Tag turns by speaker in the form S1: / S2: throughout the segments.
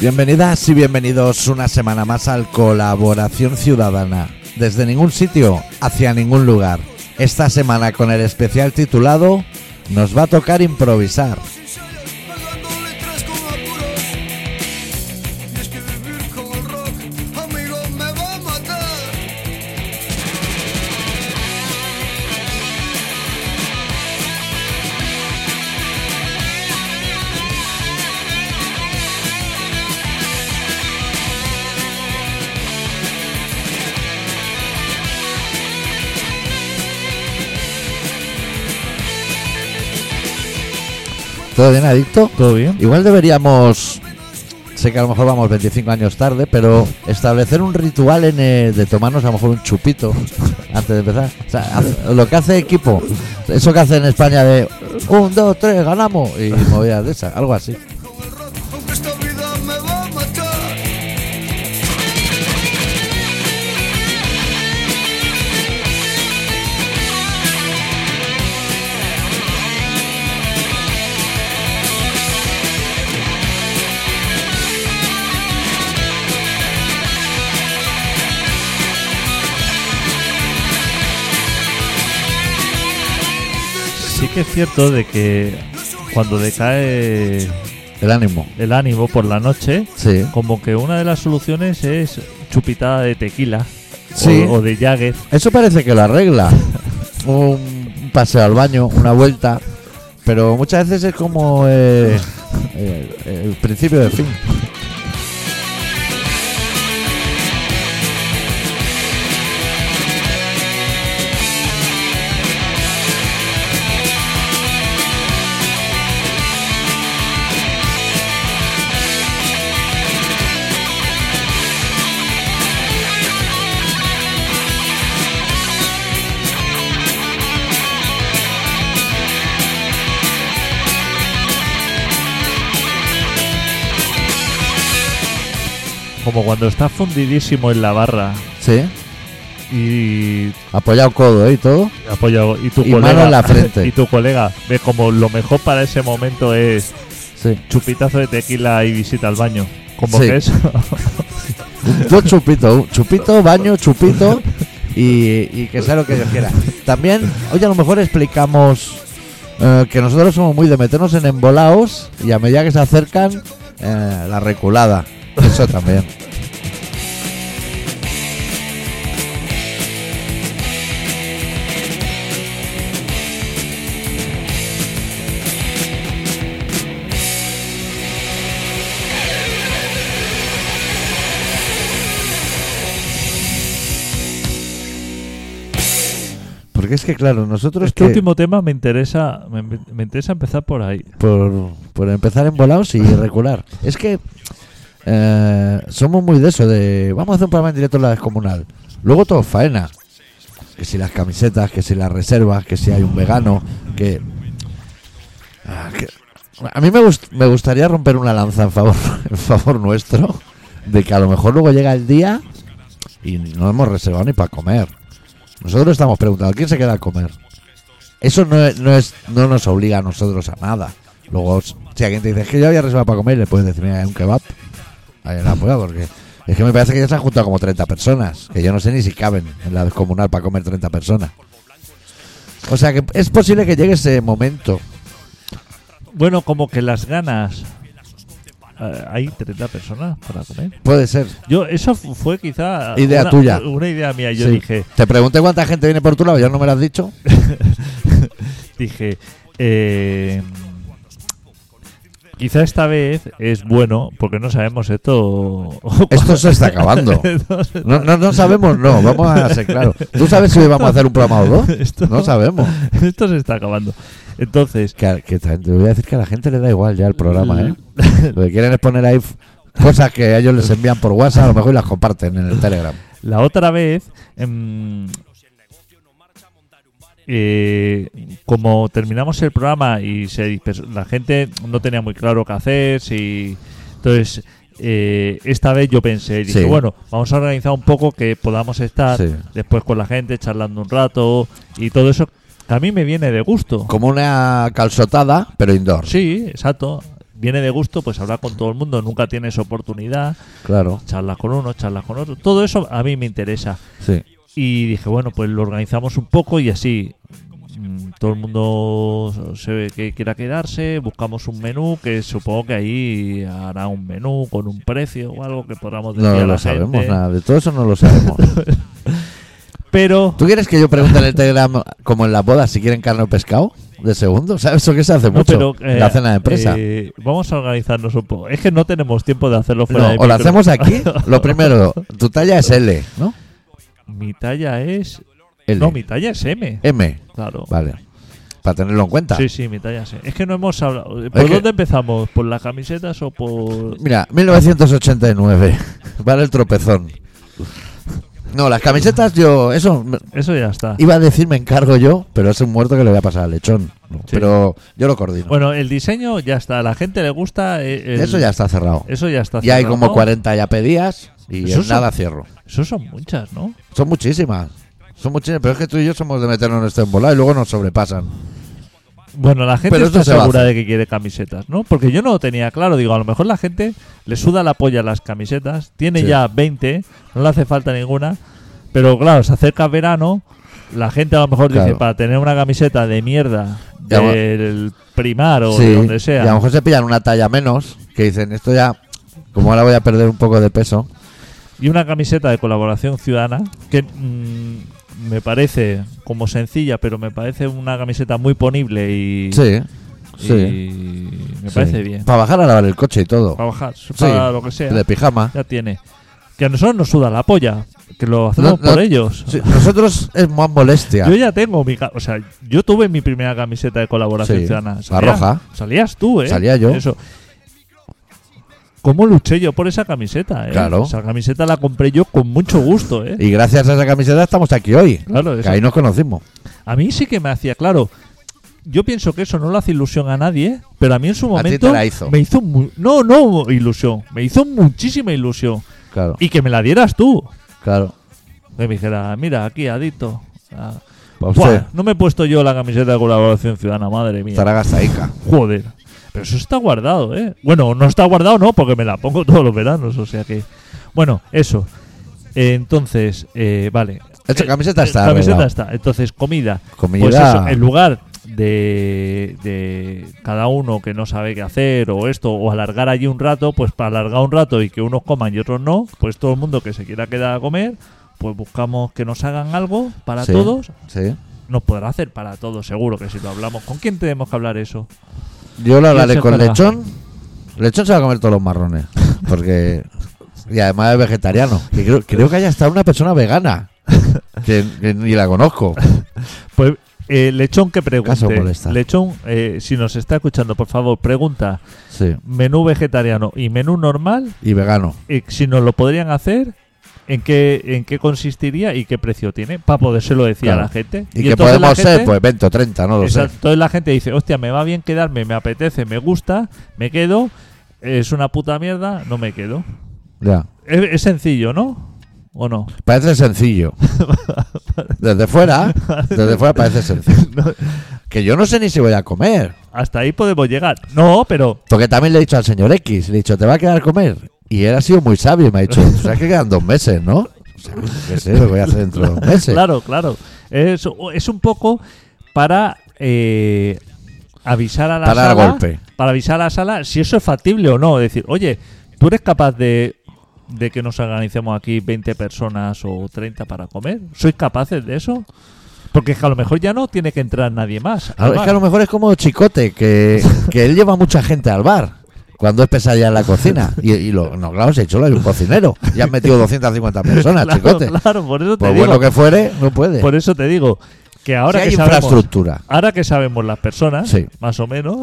S1: Bienvenidas y bienvenidos una semana más al Colaboración Ciudadana. Desde ningún sitio, hacia ningún lugar. Esta semana con el especial titulado Nos va a tocar improvisar.
S2: Sensaciones pagando letras con apuros. Y es que vivir con el rock, amigo, me va a matar.
S1: ¿Todo bien, adicto?
S3: ¿Todo bien?
S1: Igual deberíamos, sé que a lo mejor vamos 25 años tarde, pero establecer un ritual en, eh, de tomarnos a lo mejor un chupito antes de empezar. O sea, haz- lo que hace equipo, eso que hace en España de un, dos, tres, ganamos y movidas de esas, algo así.
S2: Con el rock, aunque esta vida me va a matar.
S3: Sí que es cierto de que cuando decae
S1: El ánimo,
S3: el ánimo por la noche,
S1: sí.
S3: como que una de las soluciones es chupitada de tequila
S1: Sí.
S3: o, o de Jagger.
S1: Eso parece que lo arregla. un paseo al baño, una vuelta. Pero muchas veces es como eh, eh, el principio del fin.
S3: Como cuando estás fundidísimo en la barra
S1: Sí.
S3: y
S1: Apoyado codo ¿eh? y todo.
S3: apoyo y tu
S1: Y
S3: colega
S1: mano en la frente.
S3: y tu colega ve como lo mejor para ese momento es
S1: Sí.
S3: chupitazo de tequila y visita al baño. Como
S1: Sí.
S3: que eso
S1: Dos chupitos. un Chupito, baño, chupito. Y, y que sea lo que Dios quiera. También, oye, a lo mejor explicamos eh, que nosotros somos muy de meternos en embolaos y a medida que se acercan, eh, la reculada. Eso también. Porque es que, claro, nosotros
S3: este
S1: que-
S3: último tema me interesa me, me interesa empezar por ahí.
S1: por, por empezar en volados y recular. Es que eh, somos muy de eso, de vamos a hacer un programa en directo en la descomunal. Luego todo faena. Que si las camisetas, que si las reservas, que si hay un vegano, que... Ah, que- a mí me, gust- me gustaría romper una lanza en favor, en favor nuestro, de que a lo mejor luego llega el día y no hemos reservado ni para comer. Nosotros estamos preguntando, ¿quién se queda a comer? Eso no, es- no, es, no nos obliga a nosotros a nada. Luego, si alguien te dice "Es que yo había reservado para comer, le puedes decir, mira, hay un kebab. Ahí en la puerta, porque es que me parece que ya se han juntado como 30 personas, que yo no sé ni si caben en la descomunal para comer 30 personas. O sea que es posible que llegue ese momento.
S3: Bueno, como que las ganas eh, hay 30 personas para comer.
S1: Puede ser.
S3: Yo, eso fu- fue quizá.
S1: Idea
S3: una,
S1: tuya.
S3: Una idea mía. Yo
S1: Sí.
S3: dije,
S1: Te pregunté cuánta gente viene por tu lado, ya no me lo has dicho.
S3: dije, eh, quizá esta vez es bueno, porque no sabemos esto.
S1: Esto se está acabando. No, no, no sabemos, no, vamos a ser claros. ¿Tú sabes si hoy vamos a hacer un programa o dos?
S3: Esto-
S1: No sabemos.
S3: Esto se está acabando. Entonces,
S1: Que, a- que ta- te voy a decir que a la gente le da igual ya el programa, ¿eh? Lo que quieren es poner ahí f- cosas que a ellos les envían por WhatsApp, a lo mejor y las comparten en el Telegram.
S3: la otra vez. em, eh, como terminamos el programa y se dispersó- la gente no tenía muy claro qué hacer, si entonces eh, esta vez yo pensé, dije,
S1: Sí.
S3: bueno, vamos a organizar un poco que podamos estar
S1: Sí.
S3: después con la gente charlando un rato y todo eso que a mí me viene de gusto.
S1: Como una calzotada, pero indoor.
S3: Sí, exacto. viene de gusto, pues habla con todo el mundo, nunca tienes oportunidad,
S1: Claro,
S3: charlas con uno, charlas con otro. Todo eso a mí me interesa.
S1: sí.
S3: Y dije, bueno, pues lo organizamos un poco y así mm, todo el mundo se ve que quiera quedarse, buscamos un menú, que supongo que ahí hará un menú con un precio o algo que podamos decir
S1: No
S3: a la
S1: lo
S3: gente.
S1: sabemos nada, de todo eso no lo sabemos.
S3: Pero
S1: ¿Tú quieres que yo pregunte en el Telegram, como en las bodas, si quieren carne o pescado? De segundo, ¿sabes eso que se hace
S3: No,
S1: mucho?
S3: pero, eh,
S1: la cena de empresa.
S3: eh, vamos a organizarnos un poco. Es que no tenemos tiempo de hacerlo fuera
S1: No,
S3: de
S1: o lo
S3: micro.
S1: hacemos aquí, lo primero, tu talla es L, ¿no?
S3: Mi talla es.
S1: L.
S3: No, mi talla es M.
S1: M,
S3: Claro.
S1: vale. Para tenerlo en cuenta.
S3: Sí, sí, mi talla es M. Es que no hemos hablado. ¿Por
S1: Es que-
S3: dónde empezamos? ¿Por las camisetas o por.?
S1: Mira, 1989, vale el tropezón. No, las camisetas yo, eso me-
S3: Eso ya está.
S1: iba a decir me encargo yo, pero es un muerto que le voy a pasar al lechón. ¿no?
S3: Sí.
S1: Pero yo lo coordino.
S3: Bueno, el diseño ya está. A la gente le gusta. eh, el-
S1: eso ya está cerrado.
S3: Eso ya está.
S1: Ya hay
S3: cerrado,
S1: como
S3: ¿no?
S1: 40 ya pedías y
S3: Eso
S1: en
S3: son-
S1: nada cierro.
S3: Eso son muchas, ¿no?
S1: Son muchísimas. Son muchísimas, pero es que tú y yo somos de meternos en este embolado y luego nos sobrepasan.
S3: Bueno, la gente
S1: Pero
S3: está
S1: esto se va a
S3: segura
S1: hacer.
S3: de que quiere camisetas, ¿no? Porque yo no lo tenía claro. Digo, a lo mejor la gente le suda la polla a las camisetas, tiene
S1: Sí.
S3: ya 20, no le hace falta ninguna. Pero claro, se acerca verano, la gente a lo mejor dice,
S1: Claro.
S3: para tener una camiseta de mierda
S1: Ya va-
S3: del primar o
S1: Sí,
S3: de donde
S1: Y a lo
S3: sea,
S1: mejor se pillan una talla menos, que dicen, esto ya, como ahora voy a perder un poco de peso.
S3: y una camiseta de colaboración ciudadana, que mm, me parece como sencilla, pero me parece una camiseta muy ponible y,
S1: Sí,
S3: y
S1: sí.
S3: me parece bien.
S1: Para bajar a lavar el coche y todo.
S3: Para bajar, para lo que sea.
S1: De pijama.
S3: Ya tiene. Que a nosotros nos suda la polla. Que lo hacemos
S1: No, no,
S3: por ellos.
S1: Sí, nosotros es más molestia.
S3: Yo ya tengo mi. ca- O sea, yo tuve mi primera camiseta de colaboración
S1: Sí,
S3: ciudadana.
S1: la roja.
S3: Salías tú, ¿eh?
S1: Salía yo.
S3: Eso. ¿Cómo luché yo por esa camiseta, eh?
S1: Claro.
S3: Esa camiseta la compré yo con mucho gusto, ¿eh?
S1: Y gracias a esa camiseta estamos aquí hoy.
S3: Claro,
S1: que
S3: eso.
S1: ahí nos conocimos.
S3: A mí sí que me hacía, claro. Yo pienso que eso no le hace ilusión a nadie, pero a mí en su
S1: A ti te
S3: momento
S1: la hizo.
S3: me hizo mu- no no ilusión, me hizo muchísima ilusión
S1: Claro,
S3: y que me la dieras tú.
S1: claro.
S3: Que me dijera, mira, aquí, adicto. Ah,
S1: Pa'
S3: buah,
S1: Pues usted,
S3: no me he puesto yo la camiseta de colaboración ciudadana, madre mía.
S1: estará gastaica.
S3: Joder. Pero eso está guardado, ¿eh? Bueno, no está guardado, no, porque me la pongo todos los veranos, o sea que. Bueno, eso. Eh, entonces, eh, vale.
S1: Esta
S3: Eh,
S1: camiseta
S3: eh,
S1: está
S3: Camiseta
S1: arreglado.
S3: está. Entonces, comida.
S1: Comida.
S3: Pues eso, en lugar de, de cada uno que no sabe qué hacer o esto, o alargar allí un rato, pues para alargar un rato y que unos coman y otros no, pues todo el mundo que se quiera quedar a comer, pues buscamos que nos hagan algo para
S1: Sí,
S3: todos.
S1: Sí.
S3: Nos podrá hacer para todos, seguro que si lo hablamos. ¿Con quién tenemos que hablar eso?
S1: Yo lo
S3: se
S1: hablaré con
S3: para-
S1: Lechón. Lechón se va a comer todos los marrones. Porque. Y además es vegetariano. Y creo, creo que haya estado una persona vegana. Que, que ni la conozco.
S3: Pues eh, Lechón que pregunte.
S1: Caso molesta.
S3: Lechón, eh, si nos está escuchando, por favor, pregunta
S1: Sí.
S3: menú vegetariano y menú normal
S1: Y vegano.
S3: eh, si nos lo podrían hacer, ¿en qué, en qué consistiría y qué precio tiene? Para podérselo decir a
S1: Claro.
S3: la gente.
S1: ¿Y, que
S3: entonces la
S1: podemos ser?
S3: gente-
S1: Pues 20 o 30, no lo
S3: Exacto,
S1: sé.
S3: entonces la gente dice, hostia, me va bien quedarme, me apetece, me gusta, me quedo, es una puta mierda, no me quedo.
S1: Ya.
S3: Es, es sencillo, ¿no? ¿O no?
S1: Parece sencillo. Desde fuera, desde fuera parece sencillo. Que yo no sé ni si voy a comer.
S3: Hasta ahí podemos llegar. No, pero
S1: Porque también le he dicho al señor X, le he dicho, ¿te va a quedar a comer? Y él ha sido muy sabio y me ha dicho, o sea que quedan dos meses, ¿no? O sea, qué sé, lo voy a hacer dentro de dos meses.
S3: Claro, claro. Es, es un poco para eh, avisar a la
S1: Para dar
S3: sala.
S1: golpe.
S3: Para avisar a la sala si eso es factible o no. Decir, oye, ¿tú eres capaz de, de que nos organicemos aquí 20 personas o 30 para comer? ¿Sois capaces de eso? Porque es que a lo mejor ya no tiene que entrar nadie más.
S1: A lo-
S3: al
S1: es
S3: bar.
S1: que a lo mejor es como Chicote, que, que él lleva mucha gente al bar. Cuando es pesadilla en la cocina. Y, y lo, no, claro, se ha hecho lo de un cocinero. Y han metido 250 personas,
S3: Claro,
S1: Chicote.
S3: claro, por eso te
S1: Por
S3: digo.
S1: Pues bueno que fuere, no puede.
S3: Por eso te digo que ahora
S1: Si
S3: que
S1: hay
S3: sabemos-
S1: infraestructura.
S3: ahora que sabemos las personas,
S1: Sí.
S3: más o menos,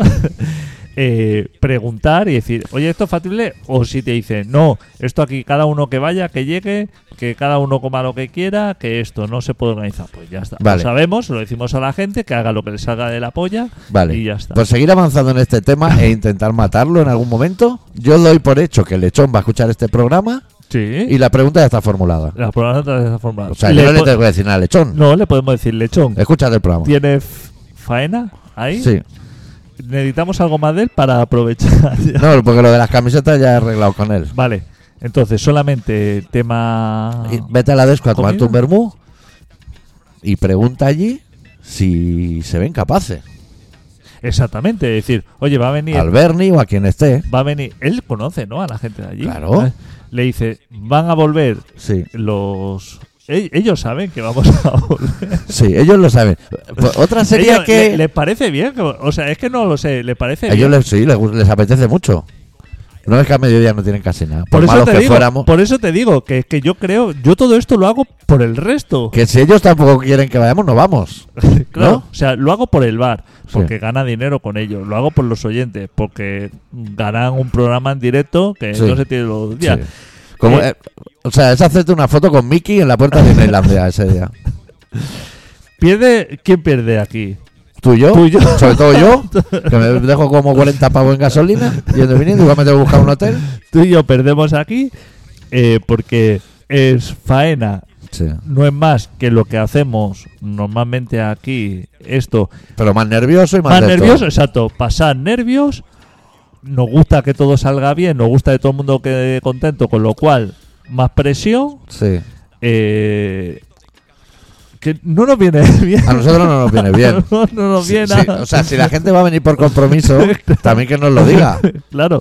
S3: eh, preguntar y decir, oye, ¿esto es factible? O si te dicen, no, esto aquí, cada uno que vaya, que llegue, que cada uno coma lo que quiera, que esto no se puede organizar. Pues ya está.
S1: Vale.
S3: Lo sabemos, lo decimos a la gente, que haga lo que le salga de la polla
S1: Vale. Pues,
S3: y ya está.
S1: Por seguir avanzando en este tema e intentar matarlo en algún momento, yo doy por hecho que Lechón va a escuchar este programa
S3: sí.
S1: y la pregunta ya está formulada.
S3: la probamos de esa forma.
S1: O sea, yo no le
S3: po-
S1: tengo que decir nada a Lechón.
S3: no, le podemos decir, lechón,
S1: Escucha el programa.
S3: ¿tienes faena ahí?
S1: Sí.
S3: necesitamos algo más de él para aprovechar. ya.
S1: No, porque lo de las camisetas ya he arreglado con él.
S3: Vale, entonces solamente tema...
S1: Y vete a la desco a tomarte
S3: ¿Comida?
S1: un vermú y pregunta allí si se ven capaces.
S3: Exactamente, es decir, oye, va a venir...
S1: Al Bernie o a quien esté.
S3: Va a venir, él conoce, ¿no? A la gente de allí.
S1: Claro.
S3: ¿Eh? Le dice, van a volver
S1: Sí,
S3: los... e- Ellos saben que vamos a volver.
S1: sí, ellos lo saben. Pues Otra sería
S3: Ellos-
S1: que...
S3: le- ¿Les parece bien? O sea, es que no lo sé, ¿les parece
S1: A
S3: bien?
S1: ellos les, sí, les, gu- les apetece mucho. No es que a mediodía no tienen casi nada. Por,
S3: Por eso,
S1: malos
S3: te
S1: que
S3: digo,
S1: fuéramos.
S3: por eso te digo que, que yo creo, yo todo esto lo hago por el resto.
S1: Que si ellos tampoco quieren que vayamos, no vamos.
S3: Claro,
S1: ¿No?
S3: o sea, lo hago por el bar,
S1: Sí.
S3: porque gana dinero con ello. Lo hago por los oyentes, porque ganan un programa en directo que
S1: Sí.
S3: no se tiene los días.
S1: Sí. Como,
S3: Eh,
S1: eh, o sea, es hacerte una foto con Mickey en la puerta de Disneylandia ese día.
S3: Pierde, ¿Quién pierde aquí?
S1: Tú y yo,
S3: Tú y yo.
S1: sobre todo yo, que me dejo como 40 pavos en gasolina, yendo y viniendo, igual me tengo que buscar un hotel.
S3: Tú y yo perdemos aquí eh, porque es faena.
S1: Sí.
S3: No es más que lo que hacemos normalmente aquí, esto,
S1: Pero más nervioso y más,
S3: Más
S1: de todo.
S3: nervioso, exacto. Pasar nervios. Nos gusta que todo salga bien, nos gusta que todo el mundo quede contento, con lo cual, más presión.
S1: Sí.
S3: eh, que no nos viene bien.
S1: A nosotros Ah, no nos viene bien.
S3: no, no nos
S1: Sí,
S3: viene
S1: sí,
S3: nada.
S1: o sea, si la gente va a venir por compromiso, también que nos lo diga.
S3: claro.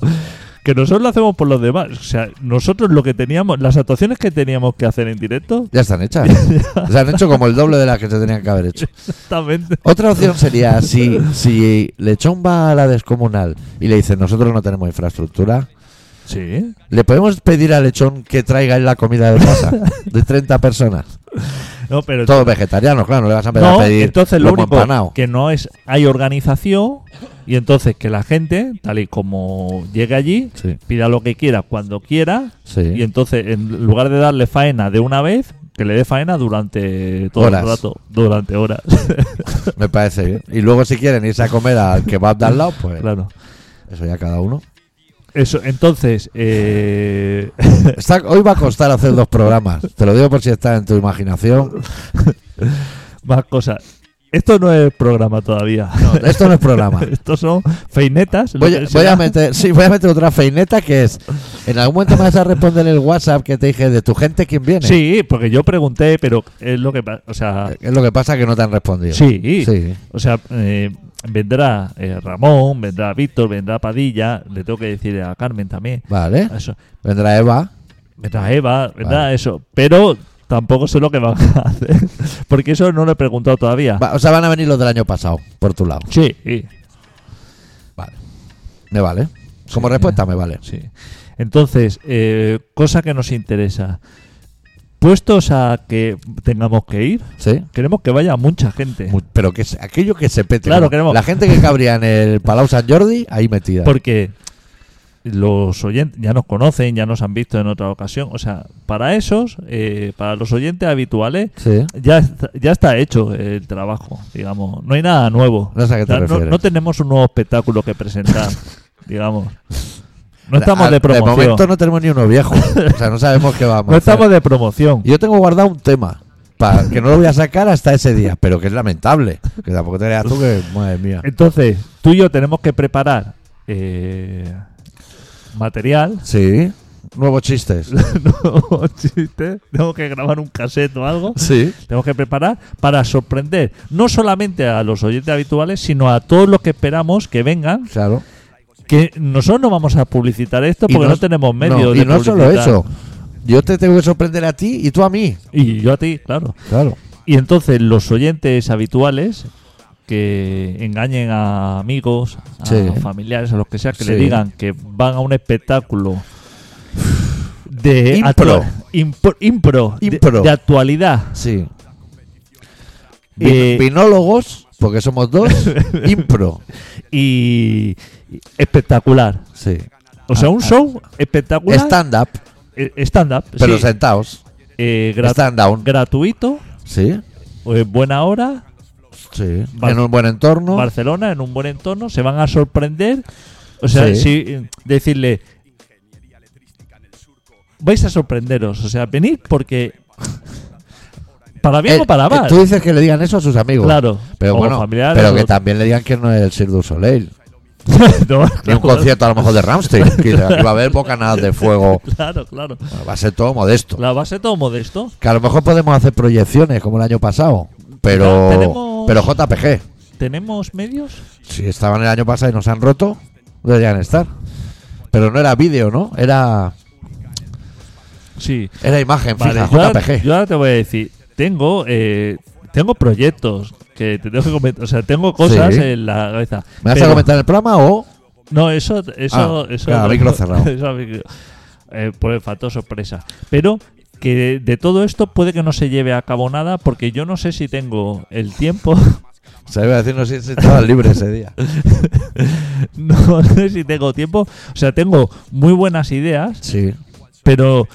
S3: Que nosotros lo hacemos por los demás. O sea, nosotros lo que teníamos, las actuaciones que teníamos que hacer en directo,
S1: Ya están hechas. Se han hecho como el doble de las que se tenían que haber hecho.
S3: exactamente.
S1: Otra opción sería si, si Lechón va a la descomunal y le dice nosotros no tenemos infraestructura,
S3: Sí.
S1: ¿le podemos pedir a Lechón que traiga él la comida de casa de 30 personas?
S3: No, pero
S1: Todos vegetarianos, claro, no le vas a empezar
S3: Pues no,
S1: a pedir
S3: entonces lo
S1: lomo
S3: único
S1: empanado.
S3: que no es hay organización y entonces que la gente tal y como llegue allí
S1: Sí,
S3: pida lo que quiera cuando quiera y
S1: sí.
S3: entonces en lugar de darle faena de una vez que le dé faena durante todo
S1: Horas.
S3: el rato durante horas
S1: me parece bien. Y luego si quieren irse a comer al kebab de al lado, pues
S3: claro
S1: eso ya cada uno.
S3: eso entonces eh,
S1: Está- hoy va a costar hacer dos programas, te lo digo por si está en tu imaginación.
S3: más cosas esto no es programa todavía
S1: Esto no es programa.
S3: estos son feinetas lo
S1: Voy,
S3: que
S1: a-
S3: se
S1: voy a
S3: llama.
S1: meter, sí, voy a meter otra feineta que es. En algún momento me vas a responder el WhatsApp que te dije de tu gente quién viene. Eh,
S3: sí porque yo pregunté pero es lo que pa- o sea
S1: Es lo que pasa que no te han respondido.
S3: sí
S1: Sí.
S3: O sea, eh, vendrá eh, Ramón, vendrá Víctor, vendrá Padilla, le tengo que decir a Carmen también,
S1: Vale.
S3: eso.
S1: Vendrá Eva.
S3: vendrá Eva, vendrá eso, pero tampoco sé lo que van a hacer, porque eso no lo he preguntado todavía.
S1: Va- o sea, van a venir los del año pasado, por tu lado.
S3: Sí, sí,
S1: Vale. Me vale. Como
S3: Sí.
S1: respuesta, me vale.
S3: sí. Entonces, eh, cosa que nos interesa, puestos a que tengamos que ir,
S1: Sí.
S3: queremos que vaya mucha gente.
S1: Mu- Pero que se- aquello que se pete.
S3: Claro,
S1: como-
S3: queremos-
S1: La gente que cabría en el Palau San Jordi, ahí metida.
S3: Porque los oyentes ya nos conocen, ya nos han visto en otra ocasión. O sea, para esos, eh, para los oyentes habituales,
S1: Sí.
S3: ya está, ya está hecho el trabajo, digamos. No hay nada nuevo.
S1: No sé a qué te
S3: O sea,
S1: refieres.
S3: no tenemos un nuevo espectáculo que presentar, digamos. No estamos
S1: Al-
S3: de promoción.
S1: momento no tenemos ni uno viejo. O sea, no sabemos qué vamos.
S3: no
S1: a hacer.
S3: estamos de promoción.
S1: Yo tengo guardado un tema pa- que no lo voy a sacar hasta ese día, pero que es lamentable. Que tampoco te creas tú que, madre mía.
S3: Entonces, tú y yo tenemos que preparar eh, material.
S1: Sí, nuevos chistes.
S3: no, chiste. Tengo que grabar un cassette o algo.
S1: Sí.
S3: Tenemos que preparar para sorprender no solamente a los oyentes habituales, sino a todos los que esperamos que vengan.
S1: Claro.
S3: Que nosotros no vamos a publicitar esto porque no, tenemos medios
S1: no,
S3: de
S1: Y no solo
S3: publicitar.
S1: eso. Yo te tengo que sorprender a ti y tú a mí.
S3: Y yo a ti, claro.
S1: Claro.
S3: Y entonces los oyentes habituales que engañen a amigos, a
S1: Sí.
S3: familiares, a los que sea, que le
S1: Sí.
S3: digan que van a un espectáculo de
S1: Impro.
S3: actua- impro, impro, de-
S1: Impro.
S3: De, actualidad.
S1: Sí. Vin-
S3: Eh,
S1: Vinólogos, porque somos dos. impro.
S3: y y espectacular.
S1: Sí.
S3: O
S1: Ah,
S3: sea, un show espectacular.
S1: Stand-up,
S3: eh, stand-up.
S1: pero
S3: sí.
S1: sentados.
S3: Eh, gra-
S1: Stand-down.
S3: gratuito,
S1: Sí.
S3: eh, buena hora,
S1: Sí.
S3: Bar-
S1: en un buen entorno.
S3: Barcelona, en un buen entorno, se van a sorprender. O sea,
S1: Sí.
S3: si, eh, decirle, vais a sorprenderos. O sea, venid porque... Para bien
S1: Eh,
S3: o para
S1: eh,
S3: mal.
S1: Tú dices que le digan eso a sus amigos.
S3: Claro.
S1: Pero
S3: O
S1: bueno,
S3: familiares,
S1: pero que
S3: o-
S1: también le digan que no es el Cirque du Soleil.
S3: No,
S1: Ni un
S3: claro,
S1: concierto a lo mejor de Ramstein. Quizá que va a haber bocanadas de fuego.
S3: Claro, claro.
S1: Va a ser todo modesto.
S3: La base todo modesto.
S1: Que a lo mejor podemos hacer proyecciones como el año pasado. Pero,
S3: Ya, tenemos-
S1: pero JPG.
S3: ¿Tenemos medios?
S1: Si estaban el año pasado y nos han roto, deberían estar. Pero no era vídeo, ¿no? Era,
S3: Sí.
S1: era imagen
S3: Vale,
S1: fija,
S3: yo, ahora,
S1: JPG.
S3: yo ahora te voy a decir, tengo eh, tengo proyectos que te tengo que comentar, o sea, tengo cosas
S1: Sí.
S3: en la cabeza.
S1: ¿Me vas
S3: pero-
S1: a comentar el programa o.?
S3: No, eso eso
S1: Ah,
S3: eso
S1: claro, micro cerrado.
S3: eso a micro- eh, por el factor sorpresa. Pero que de todo esto puede que no se lleve a cabo nada porque yo no sé si tengo el tiempo,
S1: Se iba a decir, no sé si estabas libre ese día.
S3: no sé si tengo tiempo, o sea, tengo muy buenas ideas,
S1: Sí.
S3: pero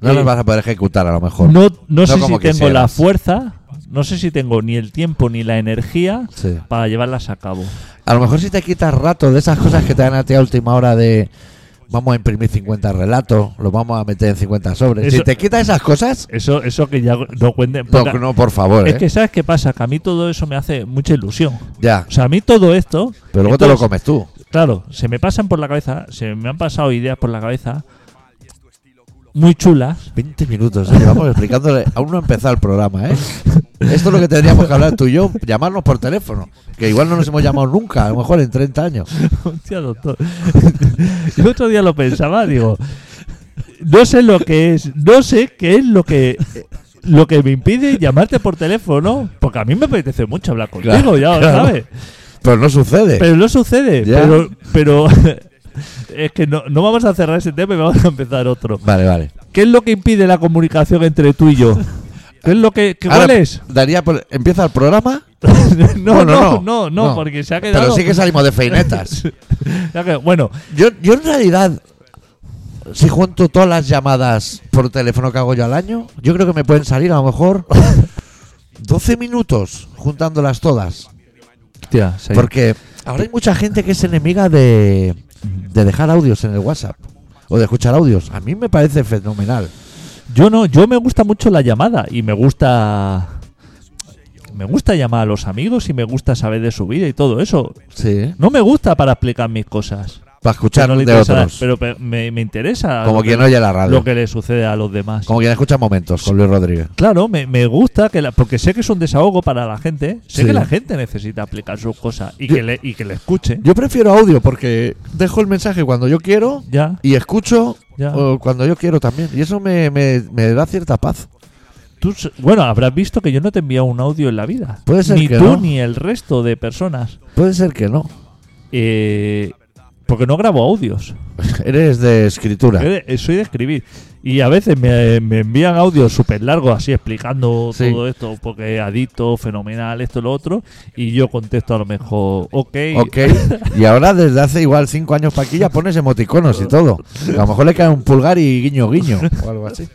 S1: No
S3: eh,
S1: las vas a poder ejecutar a lo mejor.
S3: no, no sé si
S1: como
S3: tengo la
S1: quisieras.
S3: fuerza, no sé si tengo ni el tiempo ni la energía
S1: Sí.
S3: para llevarlas a cabo.
S1: A lo mejor si te quitas rato de esas cosas que te dan a ti a última hora de. Vamos a imprimir 50 relatos, los vamos a meter en 50 sobres.
S3: Eso-
S1: Si te quitas esas cosas.
S3: Eso, eso que ya no cuenten.
S1: No,
S3: porque-
S1: no, por favor,
S3: es
S1: ¿eh?
S3: que sabes qué pasa, que a mí todo eso me hace mucha ilusión.
S1: Ya.
S3: O sea, a mí todo esto.
S1: Pero luego te lo comes
S3: entonces,
S1: tú.
S3: Claro, se me pasan por la cabeza, se me han pasado ideas por la cabeza muy chulas.
S1: 20 minutos, eh, llevamos explicándole. Aún no ha empezado el programa, ¿eh? Esto es lo que tendríamos que hablar tú y yo, llamarnos por teléfono. Que igual no nos hemos llamado nunca, a lo mejor en 30 años.
S3: Hostia, doctor. Yo otro día lo pensaba, digo, no sé lo que es, no sé qué es lo que lo que me impide llamarte por teléfono, porque a mí me apetece mucho hablar contigo,
S1: Claro,
S3: ya lo
S1: claro.
S3: sabes.
S1: Pero no sucede.
S3: Pero no sucede.
S1: Ya.
S3: Pero, pero es que no, no vamos a cerrar ese tema y vamos a empezar otro.
S1: Vale, vale.
S3: ¿Qué es lo que impide la comunicación entre tú y yo? ¿Qué es lo que. que-
S1: Ahora
S3: ¿Cuál es?
S1: Daría por- empieza el programa. no,
S3: No, no, no, no,
S1: no, no.
S3: porque se ha quedado.
S1: Pero sí que salimos de feinetas.
S3: se ha quedado- Bueno,
S1: Yo, yo en realidad, si junto todas las llamadas por teléfono que hago yo al año, yo creo que me pueden salir a lo mejor 12 minutos juntándolas todas.
S3: hostia, sí.
S1: Porque ahora hay mucha gente que es enemiga de, de dejar audios en el WhatsApp o de escuchar audios. A mí me parece fenomenal.
S3: yo no, yo me gusta mucho la llamada y me gusta. Me gusta llamar a los amigos y me gusta saber de su vida y todo eso.
S1: Sí.
S3: No me gusta para explicar mis cosas.
S1: Para escuchar
S3: no le
S1: de
S3: interesa,
S1: otros.
S3: Pero pe- me, me interesa.
S1: como
S3: lo que-
S1: quien oye la radio.
S3: lo que le sucede a los demás.
S1: Como quien escucha momentos con Luis Rodríguez.
S3: Claro, me, me gusta que la- porque sé que es un desahogo para la gente, sé
S1: Sí.
S3: que la gente necesita aplicar sus cosas y
S1: Yo-
S3: que le y que le escuche.
S1: Yo prefiero audio porque dejo el mensaje cuando yo quiero
S3: ya,
S1: y escucho
S3: ya.
S1: o cuando yo quiero también. Y eso me, me- me da cierta paz.
S3: Tú s- bueno, habrás visto que yo no te he enviado un audio en la vida.
S1: Puede ser
S3: ni
S1: que
S3: tú
S1: no.
S3: ni el resto de personas.
S1: Puede ser que no.
S3: Eh, porque no grabo audios.
S1: Eres de escritura.
S3: Yo de- eh, Soy de escribir. Y a veces me, me envían audios súper largos, así explicando
S1: Sí.
S3: todo esto, porque adicto, fenomenal, esto, lo otro. Y yo contesto a lo mejor, ok.
S1: Ok, y ahora desde hace igual cinco años para aquí ya pones emoticonos y todo. A lo mejor le cae un pulgar y guiño guiño o algo así.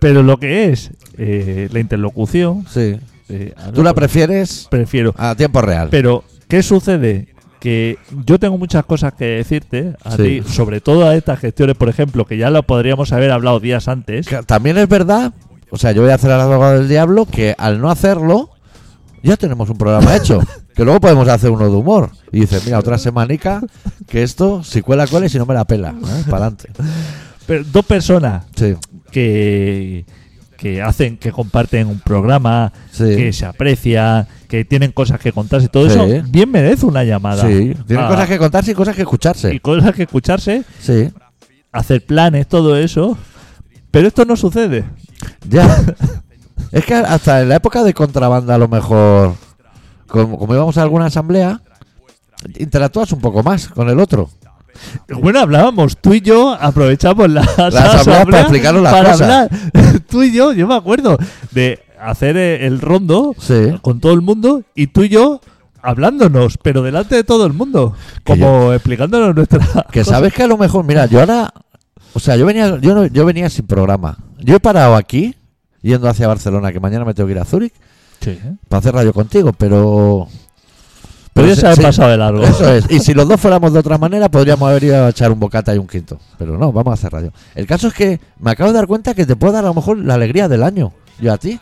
S3: Pero lo que es eh, la interlocución,
S1: Sí.
S3: eh, a
S1: Tú la
S3: ver,
S1: prefieres
S3: prefiero.
S1: a tiempo real.
S3: Pero, ¿qué sucede? Que yo tengo muchas cosas que decirte a
S1: Sí.
S3: ti, sobre todo a estas gestiones, por ejemplo, que ya lo podríamos haber hablado días antes.
S1: Que También es verdad, o sea, yo voy a hacer al abogado del diablo que al no hacerlo ya tenemos un programa hecho. Que luego podemos hacer uno de humor. Y dices, mira, otra semanica que esto, si cuela, cuela y si no me la pela. Para adelante.
S3: Pero dos personas
S1: Sí,
S3: que, que hacen, que comparten un programa,
S1: Sí.
S3: que se aprecian, que tienen cosas que contarse, y todo
S1: Sí.
S3: eso, bien merece una llamada.
S1: sí. Tienen
S3: Ah,
S1: cosas que contarse y cosas que
S3: y
S1: escucharse.
S3: cosas que escucharse,
S1: Sí.
S3: hacer planes, todo eso. Pero esto no sucede.
S1: Ya. es que hasta en la época de contrabanda, a lo mejor, como, como íbamos a alguna asamblea, interactúas un poco más con el otro.
S3: Bueno, hablábamos tú y yo, aprovechamos la,
S1: asamblea para explicarnos las
S3: para
S1: cosas.
S3: hablar. Tú y yo, yo me acuerdo de hacer eh, el rondo
S1: Sí.
S3: con todo el mundo y tú y yo hablándonos, pero delante de todo el mundo,
S1: Que
S3: como explicándonos nuestra.
S1: Que sabes que a lo mejor, mira, yo ahora, o sea, yo venía, yo no- yo venía sin programa. Yo he parado aquí, yendo hacia Barcelona, que mañana me tengo que ir a Zúrich para hacer radio contigo, pero.
S3: Podrías
S1: se-
S3: haber
S1: se-
S3: pasado de largo.
S1: Eso es. Y si los dos fuéramos de otra manera, podríamos haber ido a echar un bocata y un quinto. Pero no, vamos a hacer radio. El caso es que me acabo de dar cuenta que te puedo dar a lo mejor la alegría del año. Yo a ti.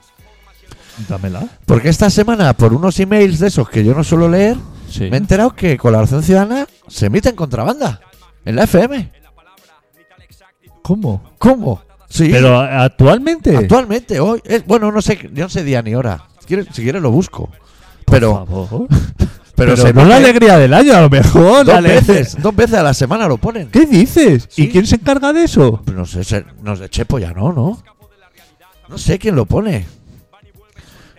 S3: Dámela.
S1: Porque esta semana, por unos emails de esos que yo no suelo leer,
S3: Sí.
S1: Me he enterado que Colaboración Ciudadana se emite en contrabanda. En la FM.
S3: ¿Cómo?
S1: ¿Cómo? Sí.
S3: Pero actualmente.
S1: Actualmente, hoy. eh, bueno, no sé, yo no sé día ni hora. Si quieres, si quieres lo busco.
S3: Por
S1: Pero,
S3: favor.
S1: pero,
S3: Pero
S1: se
S3: no la
S1: emite
S3: alegría del año, a lo mejor. la
S1: dos
S3: alegría-
S1: veces, dos veces a la semana lo ponen.
S3: ¿Qué dices?
S1: Sí.
S3: ¿Y quién se encarga de eso?
S1: Pero No sé, se- no sé, Chepo ya no, ¿no? No sé quién lo pone.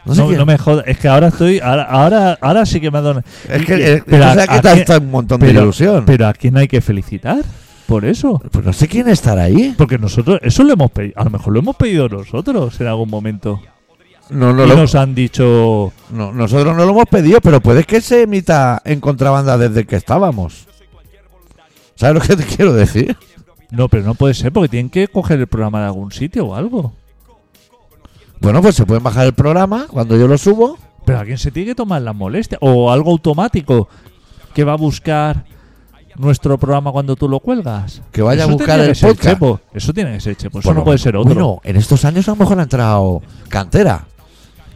S1: No sé
S3: No,
S1: quién.
S3: no me jodas, es que ahora estoy. Ahora, ahora, ahora sí que me ha dado.
S1: Es que,
S3: Y-
S1: eh,
S3: pero
S1: o sea,
S3: a-
S1: que
S3: a
S1: te
S3: quién-
S1: está un montón de
S3: pero-
S1: ilusión. Pero,
S3: Pero a quién hay que felicitar por eso.
S1: no sé quién estará ahí.
S3: Porque nosotros, eso lo hemos pedido. A lo mejor lo hemos pedido nosotros en algún momento.
S1: No, no,
S3: y
S1: lo-
S3: nos han dicho.
S1: no, nosotros no lo hemos pedido, pero puede que se emita en contrabanda desde que estábamos. ¿Sabes lo que te quiero decir?
S3: No, pero no puede ser, porque tienen que coger el programa de algún sitio o algo.
S1: Bueno, pues se pueden bajar el programa cuando yo lo subo.
S3: Pero a quién se tiene que tomar la molestia. O algo automático que va a buscar nuestro programa cuando tú lo cuelgas.
S1: Que vaya a
S3: Eso
S1: buscar
S3: tenía
S1: el
S3: que ser
S1: podcast.
S3: Chepo. Eso tiene que ser Chepo. Pues Eso
S1: Por
S3: no
S1: lo
S3: puede
S1: menos.
S3: ser otro.
S1: Bueno, en estos años a lo mejor ha entrado Cantera,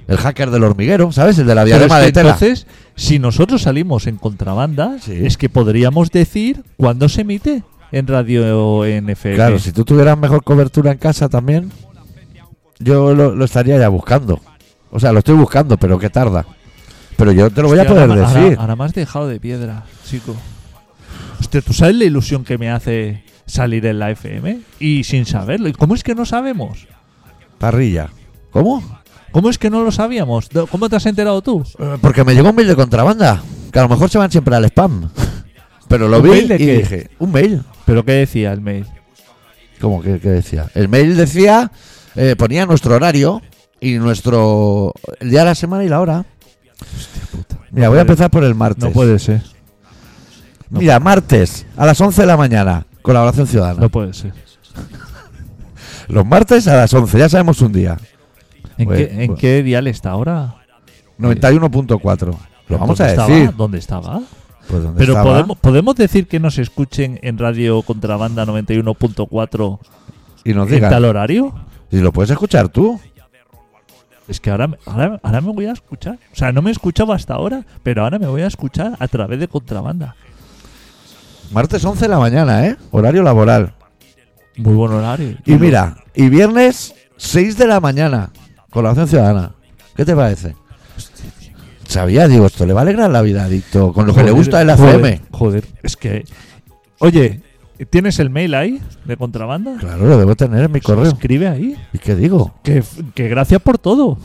S1: el hacker del hormiguero, ¿sabes? El de la
S3: Pero
S1: diadema
S3: es que
S1: de tela.
S3: entonces, si nosotros salimos en contrabanda,
S1: Sí.
S3: es que podríamos decir cuándo se emite en radio en FM.
S1: Claro, si tú tuvieras mejor cobertura en casa también, yo lo, lo estaría ya buscando. O sea, lo estoy buscando, pero que tarda. Pero yo te lo voy a
S3: Hostia,
S1: poder
S3: ahora,
S1: decir.
S3: Ahora, ahora me has dejado de piedra, chico. Hostia, ¿tú sabes la ilusión que me hace salir en la FM? Y sin saberlo. ¿Y cómo es que no sabemos?
S1: Parrilla. ¿Cómo?
S3: ¿Cómo es que no lo sabíamos? Do- ¿Cómo te has enterado tú?
S1: Eh, Porque me llegó un mail de contrabanda. Que a lo mejor se van siempre al spam. Pero lo
S3: ¿Un
S1: vi
S3: mail de
S1: y
S3: qué?
S1: dije, ¿un mail?
S3: ¿Pero qué decía el mail?
S1: ¿Cómo que, que decía? El mail decía, eh, ponía nuestro horario y nuestro. el día de la semana y la hora. Mira, voy a
S3: puede-
S1: empezar por el martes.
S3: No puede ser. no
S1: Mira, martes a las 11 de la mañana. Colaboración Ciudadana.
S3: No puede ser.
S1: Los martes a las 11, ya sabemos un día.
S3: ¿En,
S1: Bueno,
S3: qué, en
S1: bueno.
S3: qué dial está ahora?
S1: 91.4. Lo vamos a
S3: ¿Dónde estaba?
S1: decir.
S3: ¿Dónde estaba?
S1: Pues ¿dónde
S3: Pero
S1: estaba?
S3: podemos, podemos decir que nos escuchen en Radio Contrabanda 91.4
S1: Y nos
S3: en tal
S1: digan.
S3: horario.
S1: Y lo puedes escuchar tú.
S3: Es que ahora, me- ahora, ahora me voy a escuchar. O sea, no me escuchaba hasta ahora, pero ahora me voy a escuchar a través de Contrabanda.
S1: Martes 11 de la mañana, ¿eh? Horario laboral.
S3: Muy buen horario.
S1: Y mira, y viernes 6 de la mañana. Colaboración Ciudadana. ¿Qué te parece? Sabía, digo, esto le va a alegrar la vida, adicto. Con lo que le
S3: Joder,
S1: gusta el
S3: joder,
S1: ACM.
S3: Joder, es que. Oye, ¿tienes el mail ahí de Contrabanda?
S1: Claro, lo debo tener en mi correo.
S3: Escribe ahí.
S1: ¿Y qué digo?
S3: Que, f- que gracias por todo.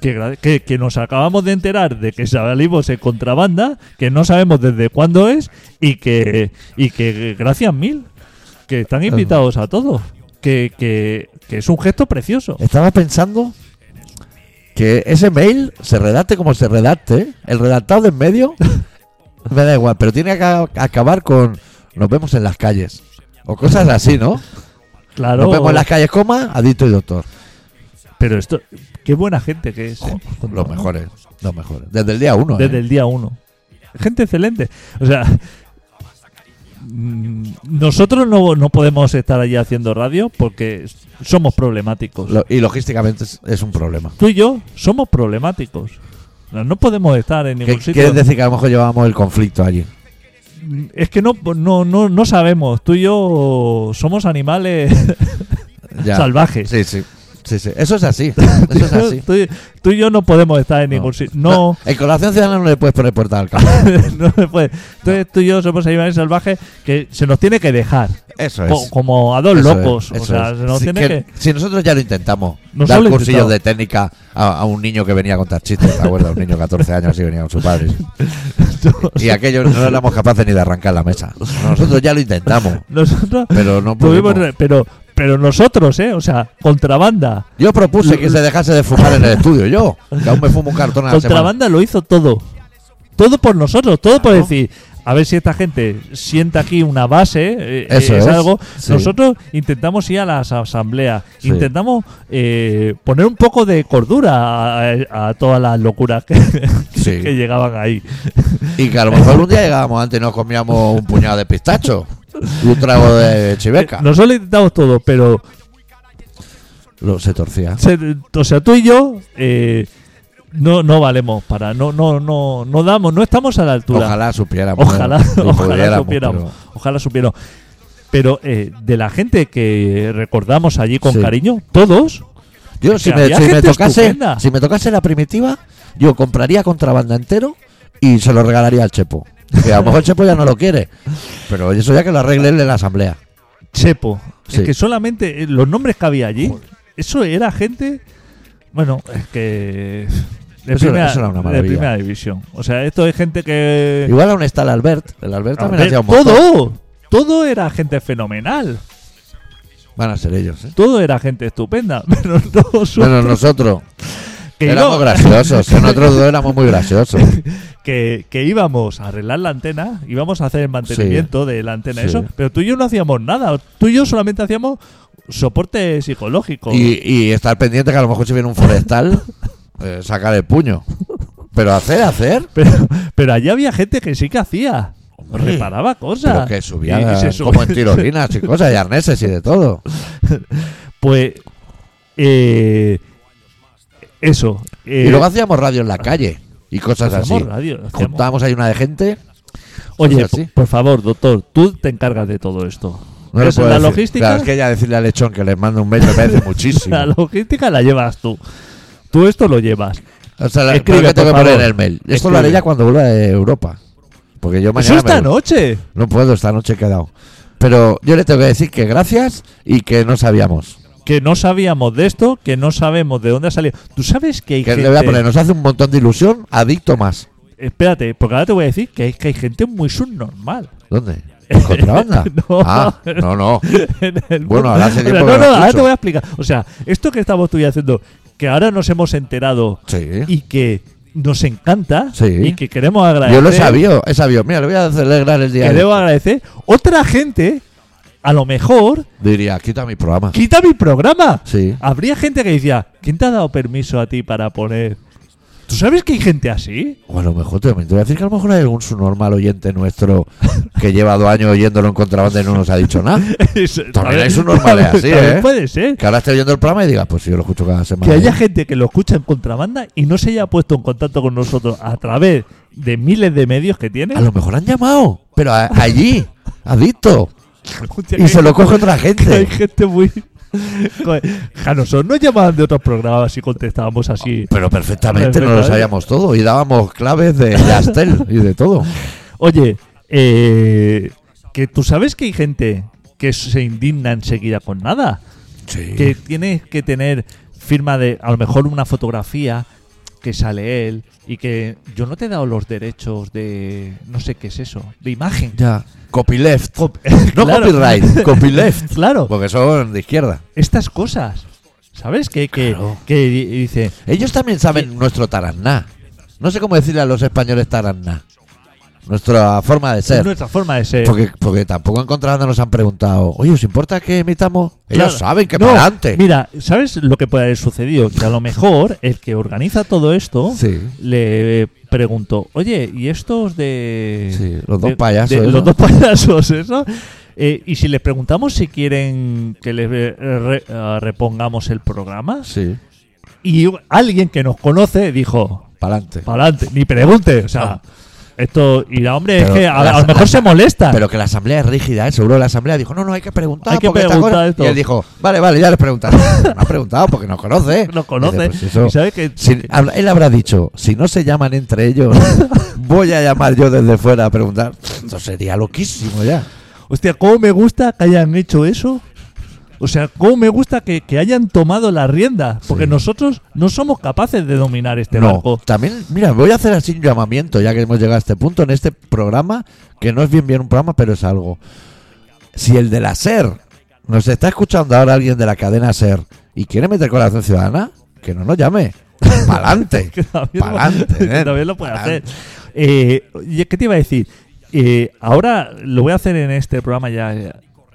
S3: Que, gra- que- que nos acabamos de enterar de que salimos en contrabanda, que no sabemos desde cuándo es y que, y que gracias mil. Que están invitados a todos. Que, que- que es un gesto precioso.
S1: Estaba pensando que ese mail se redacte como se redacte. El redactado de en medio me da igual, pero tiene que a- acabar con nos vemos en las calles. O cosas así, ¿no?
S3: Claro,
S1: Nos vemos en las calles, coma, adicto y doctor.
S3: pero esto, qué buena gente que es. ¿eh?
S1: Los mejores, los mejores. Desde el día uno.
S3: Desde
S1: ¿eh?
S3: el día uno. Gente excelente. O sea, mm, nosotros no, no podemos estar allí haciendo radio porque somos problemáticos.
S1: Lo- y logísticamente es, es un problema.
S3: tú y yo somos problemáticos. No, no podemos estar en
S1: ¿Qué,
S3: ningún sitio.
S1: ¿Quieres decir que a lo mejor llevábamos el conflicto allí?
S3: Es que no, no, no, no sabemos. Tú y yo somos animales
S1: Ya.
S3: salvajes.
S1: Sí, sí. Sí, sí. Eso es así. Eso es así.
S3: Tú, y- tú y yo no podemos estar en ningún sitio. No,
S1: En Colaboración Ciudadana no le puedes poner puerta al campo.
S3: no se puede. Entonces tú y yo somos animales salvajes que se nos tiene que dejar.
S1: Eso
S3: Co-
S1: es.
S3: como a dos
S1: Eso
S3: locos.
S1: es,
S3: o
S1: eso
S3: sea,
S1: es.
S3: se nos
S1: si,
S3: tiene
S1: que-
S3: que.
S1: si nosotros ya lo intentamos,
S3: Nos
S1: dar
S3: lo
S1: cursillos
S3: intentado.
S1: de técnica a, a un niño que venía a contar chistes, ¿te acuerdas? Un niño de 14 años así venía con sus padres. y aquello no éramos capaces ni de arrancar la mesa. Nosotros ya lo intentamos,
S3: Nosotros
S1: pero no
S3: tuvimos.
S1: pudimos.
S3: Pero, pero nosotros, ¿eh? O sea, contrabanda.
S1: Yo propuse que se dejase de fumar en el estudio, yo. Que aún me fumo un cartón a la semana.
S3: Contrabanda lo hizo todo. Todo por nosotros, todo por
S1: Claro.
S3: decir, a ver si esta gente sienta aquí una base, eh,
S1: Eso
S3: eh,
S1: es,
S3: es, algo.
S1: sí.
S3: Nosotros intentamos ir a las asambleas,
S1: Sí.
S3: intentamos eh, poner un poco de cordura a, a todas las locuras que,
S1: Sí.
S3: que llegaban ahí.
S1: Y que a lo mejor un día llegábamos antes y nos comíamos un puñado de pistacho y un trago
S3: Eh,
S1: de chiveca.
S3: Nosotros lo intentamos todo, pero
S1: Lo- se torcía.
S3: se- o sea, tú y yo eh, No, no valemos para, no, no, no, no damos, no estamos a la altura.
S1: Ojalá supiéramos.
S3: Ojalá,
S1: ¿no? Y
S3: ojalá
S1: pudiéramos,
S3: supiéramos.
S1: pues, pero-
S3: Ojalá supiéramos. Pero eh, de la gente que recordamos allí con
S1: Sí.
S3: cariño, todos,
S1: Yo,
S3: Es
S1: si
S3: que
S1: me,
S3: había
S1: si me
S3: gente
S1: tocase,
S3: estupenda.
S1: si me tocase la primitiva, yo compraría contrabanda entero y se lo regalaría al Chepo. Que a lo mejor el Chepo ya no lo quiere. Pero eso ya que lo arregle él en la asamblea.
S3: Chepo.
S1: Sí.
S3: Es que solamente eh, los nombres que había allí, eso era gente. Bueno, es que. De,
S1: Eso era-
S3: primera,
S1: eso era una
S3: de
S1: maravilla.
S3: primera división. O sea, esto es gente que.
S1: Igual aún está el Albert. El Albert también
S3: Albert,
S1: hacía un montón.
S3: todo, todo era gente fenomenal.
S1: Van a ser ellos. ¿eh?
S3: Todo era gente estupenda. Pero todos
S1: Bueno, nosotros
S3: que,
S1: éramos
S3: no,
S1: graciosos. que Nosotros dos éramos muy graciosos.
S3: que, que íbamos a arreglar la antena, íbamos a hacer el mantenimiento de la antena,
S1: Sí.
S3: eso. Pero tú y yo no hacíamos nada. Tú y yo solamente hacíamos soporte psicológico.
S1: Y, y estar pendiente que a lo mejor si viene un forestal, eh, sacar el puño. Pero hacer, hacer.
S3: Pero, pero allí había gente que sí que hacía.
S1: Hombre,
S3: reparaba cosas.
S1: Pero que subía
S3: Y- y se
S1: como en
S3: sube-
S1: tirolinas y cosas, y arneses y de todo.
S3: Pues. eh, eso. eh, pues
S1: Y luego hacíamos radio en la calle y cosas
S3: hacíamos
S1: así.
S3: radio, hacíamos-
S1: Juntábamos ahí una de gente.
S3: Oye,
S1: cosas así.
S3: po- por favor, doctor, tú te encargas de todo esto.
S1: No le
S3: Eso,
S1: puedo
S3: la
S1: decir.
S3: logística.
S1: Claro, es que ya decirle al lechón que les mando un beso me parece muchísimo.
S3: La logística la llevas tú. Tú esto lo llevas.
S1: O sea, la-
S3: Escribe,
S1: creo que tengo
S3: por
S1: que poner
S3: favor.
S1: el mail. Esto
S3: Escribe.
S1: lo haré ya cuando vuelva de Europa. Porque yo
S3: Eso
S1: mañana. me
S3: esta
S1: voy.
S3: noche.
S1: No puedo, esta noche he quedado. Pero yo le tengo que decir que gracias y que no sabíamos.
S3: Que no sabíamos de esto, que no sabemos de dónde ha salido. Tú sabes que hay
S1: Que
S3: gente.
S1: le voy a poner, nos hace un montón de ilusión, adicto más.
S3: Espérate, porque ahora te voy a decir que hay, que hay gente muy subnormal.
S1: ¿Dónde? ¿En contrabanda?
S3: No.
S1: Ah, no, no.
S3: en el
S1: Bueno,
S3: mundo.
S1: ahora hace
S3: O sea,
S1: tiempo que
S3: no,
S1: no
S3: no,
S1: escucho.
S3: ahora te voy a explicar. O sea, esto que estamos tú y yo haciendo, que ahora nos hemos enterado
S1: Sí.
S3: y que nos encanta
S1: Sí.
S3: y que queremos agradecer.
S1: Yo lo he sabido, he sabido. Mira, le voy a celebrar el día.
S3: Que
S1: de-
S3: debo agradecer. Otra gente, a lo mejor,
S1: Diría, quita mi programa.
S3: quita mi programa.
S1: Sí.
S3: Habría gente que decía, ¿quién te ha dado permiso a ti para poner? ¿Tú sabes que hay gente así?
S1: O a lo mejor te, te voy a decir que a lo mejor hay algún subnormal oyente nuestro que lleva dos años oyéndolo en contrabanda y no nos ha dicho nada.
S3: Eso-
S1: También hay
S3: también-
S1: subnormales así, ¿eh?
S3: también puede ser.
S1: Que ahora esté oyendo el programa y diga, pues si yo lo escucho cada semana.
S3: Que haya gente que lo escucha en contrabanda y no se haya puesto en contacto con nosotros a través de miles de medios que tiene.
S1: A lo mejor han llamado, pero a- allí, adicto.
S3: Hostia,
S1: Y
S3: que-
S1: se lo coge otra
S3: que Hay
S1: gente.
S3: gente muy. Joder, A nosotros nos llamaban de otros programas y contestábamos así.
S1: Pero perfectamente no lo
S3: Perfectamente.
S1: sabíamos todo y dábamos claves de Yastel y de todo.
S3: Oye, eh, que tú sabes que hay gente que se indigna enseguida con nada.
S1: Sí.
S3: Que tienes que tener firma de, a lo mejor, una fotografía que sale él y que yo no te he dado los derechos de. No sé qué es eso, de imagen.
S1: Ya. Copyleft.
S3: Cop-
S1: no
S3: Claro.
S1: copyright, copyleft.
S3: Claro,
S1: Porque son de izquierda.
S3: estas cosas. ¿Sabes? Que, que,
S1: Claro.
S3: que di- dice.
S1: Ellos también saben nuestro taraná. No sé cómo decirle a los españoles taraná. Nuestra forma de
S3: Es
S1: ser.
S3: nuestra forma de ser.
S1: Porque, porque tampoco en Contrabanda nos han preguntado, oye, ¿os importa que emitamos? Ellos
S3: Claro.
S1: saben que
S3: No,
S1: para adelante.
S3: Mira, ¿sabes lo que puede haber sucedido? Que a lo mejor el que organiza todo esto
S1: Sí.
S3: le preguntó, oye, ¿y estos de.
S1: Sí, los dos
S3: de-
S1: payasos,
S3: de-
S1: ¿no?
S3: los dos payasos, eso. Eh, y si les preguntamos si quieren que les eh, re- eh, repongamos el programa,
S1: Sí,
S3: y alguien que nos conoce dijo,
S1: para adelante.
S3: para adelante, ni pregunte, o sea. Esto, y la hombre,
S1: Pero
S3: es que a,
S1: la-
S3: a lo mejor se molesta.
S1: Pero que la asamblea es rígida, ¿eh? seguro la asamblea dijo, no, no, hay que preguntar.
S3: Hay que
S1: porque esta
S3: preguntar
S1: cosa-".
S3: esto.
S1: Y él dijo, vale, vale, ya les preguntaré. no ha preguntado porque nos conoce. ¿eh?
S3: nos conoce.
S1: Dice, "Pues eso,
S3: y sabe que,
S1: si- habla- él habrá dicho, si no se llaman entre ellos, voy a llamar yo desde fuera a preguntar. Eso sería loquísimo ya.
S3: Hostia, ¿cómo me gusta que hayan hecho eso? O sea, ¿cómo me gusta que, que hayan tomado la rienda? Porque
S1: Sí.
S3: nosotros no somos capaces de dominar este
S1: no,
S3: barco.
S1: también, mira, voy a hacer así un llamamiento, ya que hemos llegado a este punto en este programa, que no es bien bien un programa, pero es algo. Si el de la SER nos está escuchando ahora alguien de la cadena SER y quiere meter corazón ciudadana, que no nos llame. Pa'lante.
S3: Que también, lo-
S1: Pa'lante,
S3: que
S1: nen,
S3: también lo puede hacer.
S1: pa'lante.
S3: Eh, oye, ¿Qué te iba a decir? Eh, ahora lo voy a hacer en este programa ya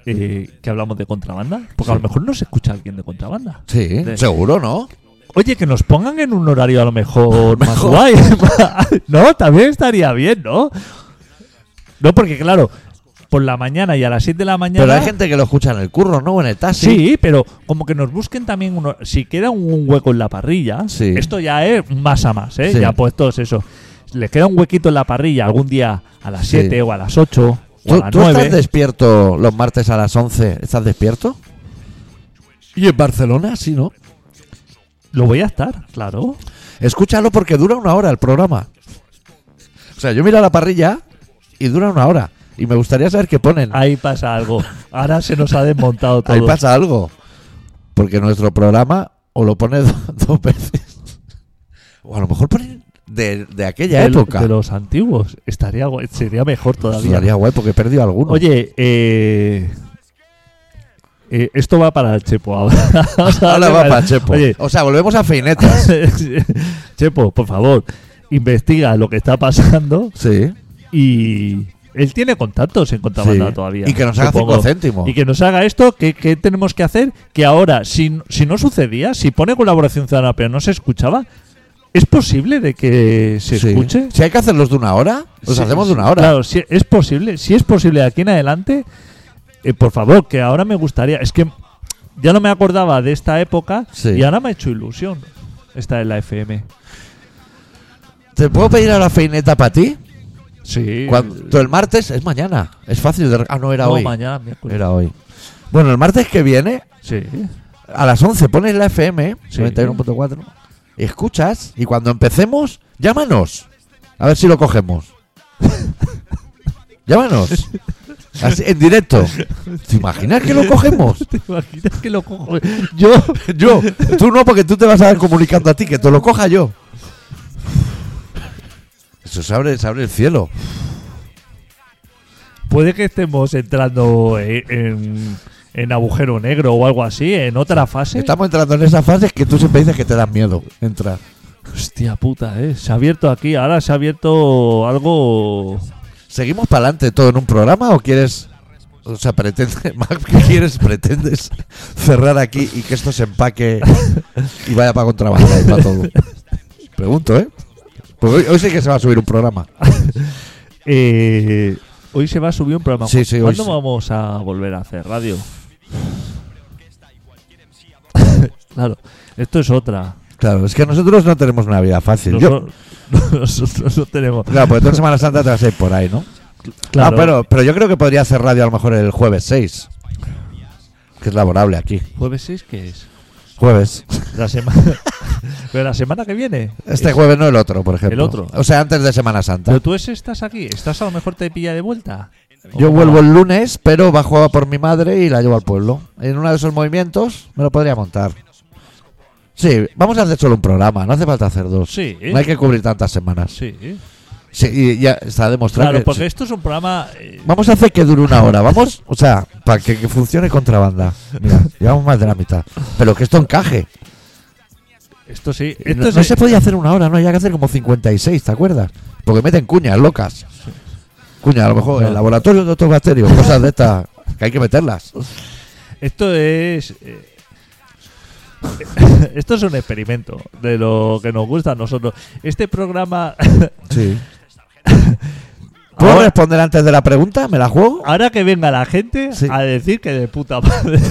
S3: eh, que hablamos de contrabanda. Porque a lo mejor no se escucha alguien de contrabanda.
S1: Sí,
S3: De-
S1: seguro, ¿no?
S3: Oye, que nos pongan en un horario a lo mejor más
S1: Mejor.
S3: guay. no, también estaría bien, ¿no? No, porque claro, por la mañana y a las 7 de la mañana.
S1: Pero hay gente que lo escucha en el curro, ¿no? O en el taxi.
S3: Sí, pero como que nos busquen también uno, si queda un hueco en la parrilla,
S1: Sí.
S3: esto ya es más a más, ¿eh?
S1: Sí.
S3: ya puestos eso. Les queda un huequito en la parrilla algún día a las
S1: Sí.
S3: 7 o a las 8 o a
S1: ¿Tú,
S3: las
S1: tú estás
S3: 9.
S1: despierto los martes a las 11? ¿Estás despierto? ¿Y en Barcelona? Sí, ¿no?
S3: Lo voy a estar, claro.
S1: Escúchalo porque dura una hora el programa. O sea, yo miro la parrilla y dura una hora. Y me gustaría saber qué ponen.
S3: Ahí pasa algo. Ahora se nos ha desmontado todo.
S1: Ahí pasa algo. Porque nuestro programa o lo pone do- dos veces. O a lo mejor ponen de, de aquella
S3: de,
S1: época. Pues
S3: de los antiguos. Estaría guay, sería mejor todavía.
S1: Estaría guay porque he perdido alguno.
S3: Oye, eh, eh, esto va para el Chepo ahora.
S1: Ahora va para Chepo.
S3: Oye,
S1: O sea, volvemos a feinetas.
S3: Chepo, por favor, investiga lo que está pasando
S1: sí.
S3: y él tiene contactos en contrabanda
S1: Sí.
S3: todavía.
S1: Y que nos haga
S3: supongo.
S1: cinco céntimos.
S3: Y que nos haga esto, ¿qué, qué tenemos que hacer? Que ahora, si, si no sucedía, si pone colaboración ciudadana pero no se escuchaba, ¿es posible de que se
S1: Sí.
S3: escuche?
S1: Si hay que hacerlos de una hora, los
S3: Sí,
S1: hacemos de
S3: sí,
S1: una hora.
S3: Claro, si es posible, si es posible de aquí en adelante, eh, por favor, que ahora me gustaría, es que ya no me acordaba de esta época
S1: Sí.
S3: y ahora me ha hecho ilusión esta es la FM.
S1: ¿Te puedo pedir ahora feineta para ti?
S3: Sí.
S1: Cuando, el martes es mañana. Es fácil. De, ah, no, era
S3: No,
S1: hoy.
S3: mañana, miércoles.
S1: Era hoy. Bueno, el martes que viene,
S3: Sí.
S1: a las 11 pones la ¿eh? FM,
S3: Sí.
S1: 91.4, escuchas y cuando empecemos, llámanos. A ver si lo cogemos. llámanos. Así, en directo. ¿Te imaginas que lo cogemos?
S3: ¿Te imaginas que lo cojo? Yo,
S1: Yo, tú no, porque tú te vas a dar comunicando a ti, que te lo coja yo. Eso se abre, se abre el cielo.
S3: puede que estemos entrando eh, en, en agujero negro o algo así, en otra fase.
S1: Estamos entrando en esas fases que tú siempre dices que te dan miedo entrar.
S3: Hostia puta, eh. Se ha abierto aquí, ahora se ha abierto algo.
S1: ¿Seguimos para adelante todo en un programa o quieres.? O sea, pretende, más que quieres, pretendes cerrar aquí y que esto se empaque y vaya para contrabando y para todo. Pregunto, ¿eh? Porque hoy, hoy sí que se va a subir un programa.
S3: Eh, hoy se va a subir un programa.
S1: Sí, sí, hoy
S3: ¿Cuándo
S1: sí.
S3: vamos a volver a hacer radio? claro, esto es otra.
S1: Claro, es que nosotros no tenemos una vida fácil. Yo,
S3: Nosotros, nosotros no tenemos.
S1: claro, porque tú en Semana Santa te vas a ir por ahí, ¿no?
S3: Claro,
S1: Ah, pero, pero yo creo que podría hacer radio a lo mejor el jueves 6, que es laborable aquí.
S3: ¿Jueves 6 qué es?
S1: Jueves.
S3: La semana. pero la semana que viene.
S1: Este
S3: Es-
S1: jueves no el otro, por ejemplo.
S3: El otro.
S1: O sea, antes de Semana Santa.
S3: Pero tú ese estás aquí. Estás a lo mejor te pilla de vuelta.
S1: Yo
S3: ¿O
S1: vuelvo
S3: cómo
S1: el lunes, pero bajo a por mi madre y la llevo al pueblo. En uno de esos movimientos me lo podría montar. Sí, vamos a hacer solo un programa, no hace falta hacer
S3: va?
S1: dos.
S3: Sí.
S1: No hay que cubrir tantas semanas.
S3: Sí.
S1: Sí, y ya está demostrado
S3: Claro, pues
S1: que-
S3: porque esto es un programa. eh,
S1: Vamos a hacer que dure una hora, vamos, o sea, para que, que funcione contrabanda. Mira, llevamos más de la mitad. Pero que esto encaje.
S3: Esto Este sí.
S1: No-
S3: Esto
S1: no,
S3: es-
S1: se podía hacer una hora, no, había que hacer como 56, ¿te acuerdas? Porque meten cuñas locas. Cuñas, a lo mejor, el
S3: No.
S1: laboratorio de otros bacterios, cosas de estas, que hay que meterlas.
S3: Esto es. eh, esto es un experimento de lo que nos gusta a nosotros. Este programa.
S1: Sí. ¿Puedo
S3: ahora,
S1: responder antes de la pregunta? ¿Me la juego?
S3: ahora que venga la gente
S1: Sí.
S3: a decir que de puta madre.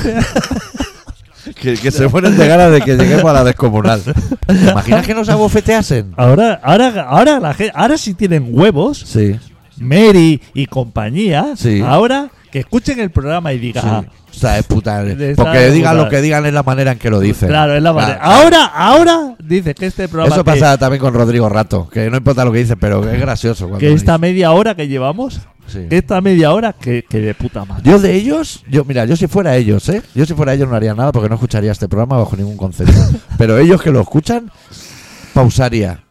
S1: Que, se ponen de ganas de que lleguemos a la descomunal. Imaginas que nos abofeteasen?
S3: Ahora, ahora, ahora, la gente, ahora si tienen huevos,
S1: Sí.
S3: Mary y compañía,
S1: Sí.
S3: ahora que escuchen el programa y digan. "Ah,
S1: O sea, es puta.
S3: De estar
S1: Porque
S3: de
S1: digan
S3: puta.
S1: lo que digan es la manera en que lo dicen.
S3: Claro, es la madre.
S1: Claro.
S3: Ahora, ahora dice que este programa.
S1: Eso
S3: que-
S1: pasa también con Rodrigo Rato, que no importa lo que dice, pero es gracioso. cuando
S3: que
S1: lo
S3: esta media hora que llevamos,
S1: dice. Sí.
S3: que esta media hora que, que de puta madre.
S1: Yo de ellos, yo mira, yo si fuera ellos, ¿eh? Yo si fuera ellos no haría nada porque no escucharía este programa bajo ningún concepto. Pero ellos que lo escuchan, pausaría.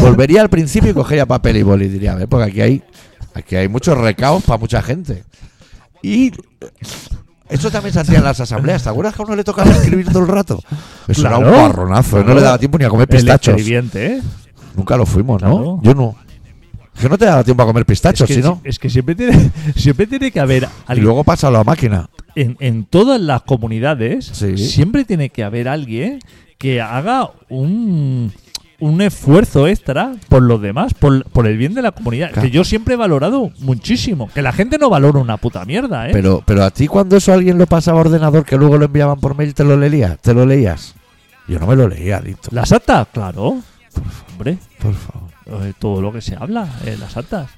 S1: Volvería al principio y cogería papel y boli, diría, a ver, porque aquí hay, aquí hay muchos recaos para mucha gente. Y eso también se hacía en las asambleas, ¿te acuerdas que a uno le tocaba escribir todo el rato? Eso era un
S3: Claro.
S1: marronazo, no le daba tiempo ni a comer
S3: El
S1: pistachos.
S3: escribiente, ¿eh?
S1: Nunca lo fuimos, ¿no?
S3: Claro.
S1: Yo no. Que no te daba tiempo a comer pistachos,
S3: es que,
S1: sino.
S3: si- es que siempre tiene, siempre tiene que haber
S1: Y
S3: alguien.
S1: luego pasa a la máquina.
S3: En, en todas las comunidades,
S1: Sí.
S3: siempre tiene que haber alguien que haga un, un esfuerzo extra por los demás, por, por el bien de la comunidad.
S1: Claro.
S3: Que yo siempre he valorado muchísimo. Que la gente no valora una puta mierda, ¿eh?
S1: Pero, pero a ti cuando eso alguien lo pasaba a ordenador que luego lo enviaban por mail, ¿te lo leías? ¿Te lo leías? Yo no me lo leía, adicto.
S3: Las actas, claro. Hombre,
S1: Por favor.
S3: eh, todo lo que se habla, eh, las actas.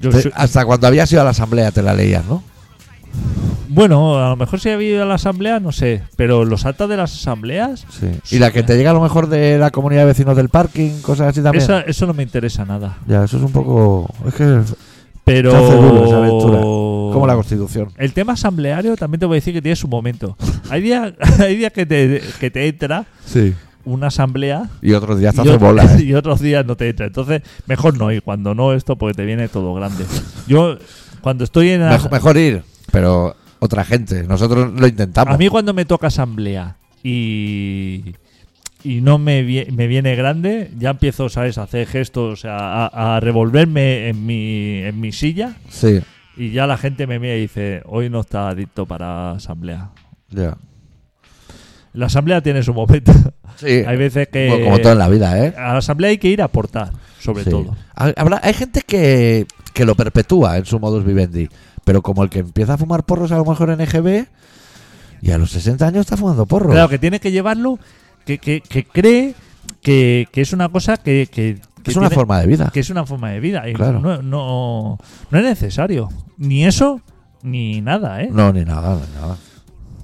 S3: Yo
S1: Te-
S3: soy-
S1: hasta cuando habías ido a la asamblea te la leías, ¿no?
S3: bueno, a lo mejor si había ido a la asamblea, no sé. Pero los actas de las asambleas,
S1: Sí.
S3: Sí.
S1: Y la que te llega a lo mejor de la comunidad de vecinos del parking, cosas así también.
S3: esa- eso no me interesa nada.
S1: Ya, eso es un poco. Es que.
S3: Pero.
S1: Te hace duro esa aventura.
S3: Oh.
S1: Como la constitución.
S3: El tema asambleario también te voy a decir que tiene su momento. Hay días, hay días que, te, que te entra
S1: Sí.
S3: una asamblea
S1: Y otros días te
S3: y,
S1: hace
S3: ot-
S1: bola, ¿eh?
S3: y otros días no te entra. Entonces, mejor no ir. Cuando no, esto porque te viene todo grande. Yo, cuando estoy en. la-
S1: Mejor, mejor ir, pero otra gente. Nosotros lo intentamos.
S3: a mí, cuando me toca asamblea y. Y no me, vie- me viene grande, ya empiezo, ¿sabes?, a hacer gestos, a, a- a revolverme en mi, en mi silla.
S1: Sí,
S3: Y ya la gente me mira y dice, hoy no está adicto para asamblea.
S1: ya.
S3: La asamblea tiene su momento.
S1: Sí.
S3: hay veces que
S1: Bueno, como todo en la vida, ¿eh?
S3: a la asamblea hay que ir a aportar, sobre
S1: Sí.
S3: todo.
S1: Ha- habrá- hay gente que, que lo perpetúa en su modus vivendi, pero como el que empieza a fumar porros a lo mejor en EGB y a los 60 años está fumando porros.
S3: Claro, que tiene que llevarlo, que, que- que cree que, que es una cosa que, que- que
S1: es una
S3: tiene-
S1: forma de vida.
S3: que es una forma de vida. Y
S1: Claro.
S3: no, no, no es necesario. Ni eso, ni nada, ¿eh?
S1: No, ni nada, ni nada.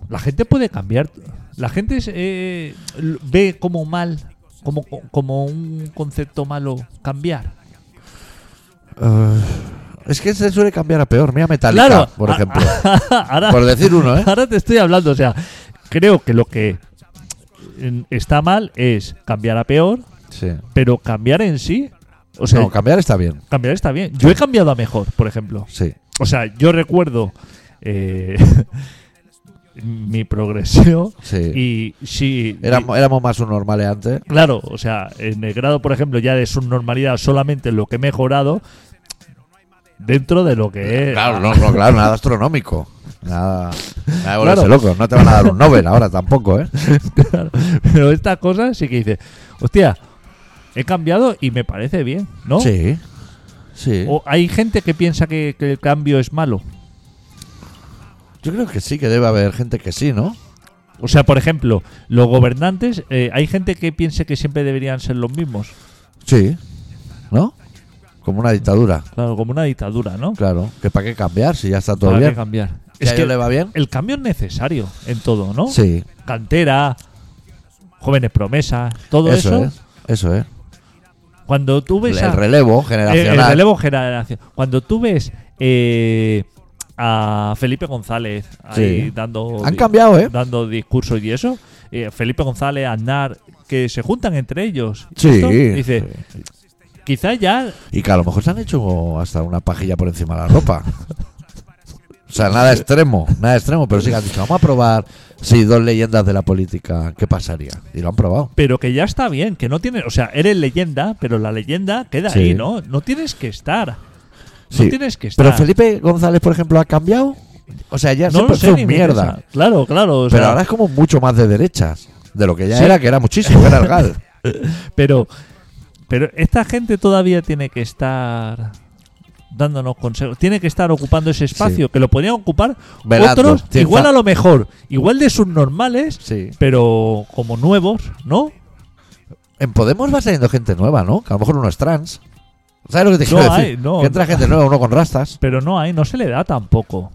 S3: La gente puede cambiar. La gente es, eh, l- ve como mal, como, como un concepto malo cambiar.
S1: Eh, es que se suele cambiar a peor. Mira Metallica,
S3: Claro, Ah,
S1: por
S3: a-
S1: ejemplo.
S3: Ahora,
S1: por decir uno, ¿eh?
S3: Ahora te estoy hablando, o sea, creo que lo que en- está mal es cambiar a peor,
S1: Sí.
S3: pero cambiar en sí, ah. o sea,
S1: no, cambiar está bien.
S3: cambiar está bien. Yo he cambiado a mejor, por ejemplo.
S1: Sí.
S3: O sea, yo recuerdo eh, mi progresión
S1: sí.
S3: y sí,
S1: Éramos, éramos más un normales antes.
S3: claro, o sea, en el grado, por ejemplo, ya de subnormalidad, solamente en lo que he mejorado dentro de lo que es.
S1: Claro, no, no, claro, nada astronómico. Nada, nada de volverse
S3: Claro.
S1: loco. No te van a dar un Nobel ahora tampoco, ¿eh?
S3: Claro, Pero esta cosa sí que dice, hostia, he cambiado y me parece bien, ¿no?
S1: Sí. Sí.
S3: O hay gente que piensa que, que el cambio es malo.
S1: Yo creo que sí, que debe haber gente que sí, ¿no?
S3: O sea, por ejemplo, los gobernantes, eh, hay gente que piense que siempre deberían ser los mismos.
S1: Sí. ¿No? Como una dictadura,
S3: Claro, como una dictadura, ¿no?
S1: claro. ¿Que para qué cambiar si ya está todo
S3: Para que
S1: bien?
S3: cambiar.
S1: ¿Si
S3: Es
S1: a ellos
S3: que
S1: le va bien?
S3: el cambio es necesario en todo, ¿no?
S1: Sí,
S3: Cantera, jóvenes promesas, todo eso.
S1: eso, es. Eso es.
S3: Cuando tú ves
S1: El
S3: a-
S1: relevo
S3: Eh,
S1: generacional.
S3: El relevo generación. Cuando tú ves eh, a Felipe González ahí
S1: Sí.
S3: dando,
S1: Han
S3: di-
S1: cambiado, ¿eh?
S3: dando discursos y eso, eh, Felipe González, Aznar, que se juntan entre ellos. y
S1: Sí.
S3: esto, dice,
S1: sí.
S3: quizás ya.
S1: Y que a lo mejor se han hecho hasta una pajilla por encima de la ropa. O sea, nada extremo, nada extremo, pero sí que han dicho, vamos a probar si dos leyendas de la política, ¿qué pasaría? Y lo han probado.
S3: Pero que ya está bien, que no tiene. O sea, eres leyenda, pero la leyenda queda
S1: Sí.
S3: ahí, ¿no? No tienes que estar.
S1: Sí.
S3: No tienes que estar.
S1: Pero Felipe González, por ejemplo, ha cambiado. O sea, ya
S3: no
S1: siempre
S3: lo sé,
S1: fue un
S3: ni me
S1: mierda.
S3: interesa. Claro, claro. o
S1: Pero
S3: sea,
S1: ahora es como mucho más de derechas de lo que ya
S3: Sí.
S1: era, que era muchísimo, era el GAL.
S3: Pero, pero esta gente todavía tiene que estar dándonos consejos, tiene que estar ocupando ese espacio, que lo podrían ocupar
S1: Velando,
S3: otros,
S1: sí,
S3: igual
S1: fa-
S3: a lo mejor, igual de subnormales,
S1: Sí.
S3: pero como nuevos, ¿no?
S1: En Podemos va saliendo gente nueva, ¿no? Que a lo mejor uno es trans. ¿Sabes lo que te quiero
S3: hay,
S1: decir?
S3: no,
S1: que entra
S3: no.
S1: gente nueva, uno con rastas.
S3: Pero no hay, no se le da tampoco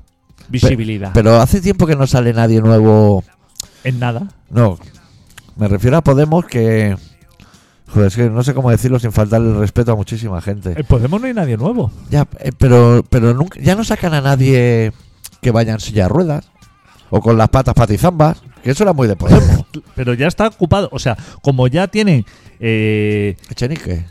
S3: visibilidad
S1: Pero hace tiempo que no sale nadie nuevo.
S3: en nada.
S1: No. Me refiero a Podemos que. Joder, es que no sé cómo decirlo sin faltarle el respeto a muchísima gente.
S3: En Podemos no hay nadie nuevo.
S1: Ya, eh, pero, pero nunca, ya no sacan a nadie que vaya en silla de ruedas. O con las patas patizambas. Que eso era muy de Podemos.
S3: Pero ya está ocupado, o sea, como ya tienen, eh,
S1: Echenique.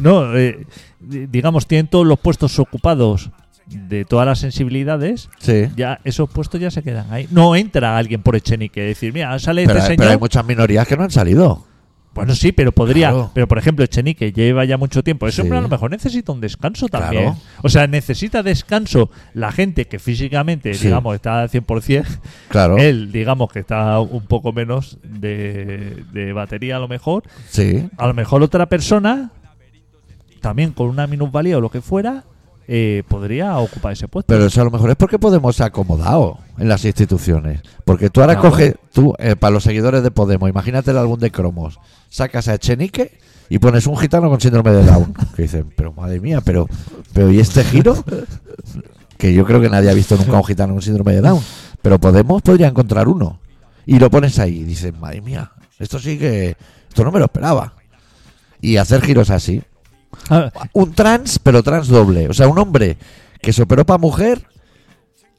S3: no, eh, di- digamos, tienen todos los puestos ocupados de todas las sensibilidades,
S1: Sí.
S3: ya esos puestos ya se quedan ahí. No entra alguien por Echenique, decir, mira, sale
S1: Pero,
S3: este
S1: hay-
S3: señor.
S1: pero hay muchas minorías que no han salido.
S3: Bueno, sí, pero podría.
S1: Claro.
S3: Pero, por ejemplo, Echenique lleva ya mucho tiempo. Ese
S1: Sí.
S3: hombre a lo mejor necesita un descanso también.
S1: Claro.
S3: O sea, necesita descanso la gente que físicamente,
S1: Sí.
S3: digamos, está al 100%.
S1: Claro.
S3: Él, digamos, que está un poco menos de, de batería a lo mejor.
S1: Sí.
S3: A lo mejor otra persona, también con una minusvalía o lo que fuera, eh, podría ocupar ese puesto.
S1: Pero eso a lo mejor es porque Podemos se ha acomodado en las instituciones. Porque tú ahora
S3: Claro.
S1: coges, tú, eh, para los seguidores de Podemos, imagínate el álbum de cromos. Sacas a Echenique y pones un gitano con síndrome de Down. Que dicen, pero madre mía, pero, pero ¿y este giro? Que yo creo que nadie ha visto nunca un gitano con síndrome de Down. Pero Podemos podría encontrar uno. Y lo pones ahí y dices, madre mía, esto sí que. Esto no me lo esperaba. Y hacer giros así.
S3: Ah,
S1: Un trans, pero trans doble. O sea, un hombre que se operó para mujer,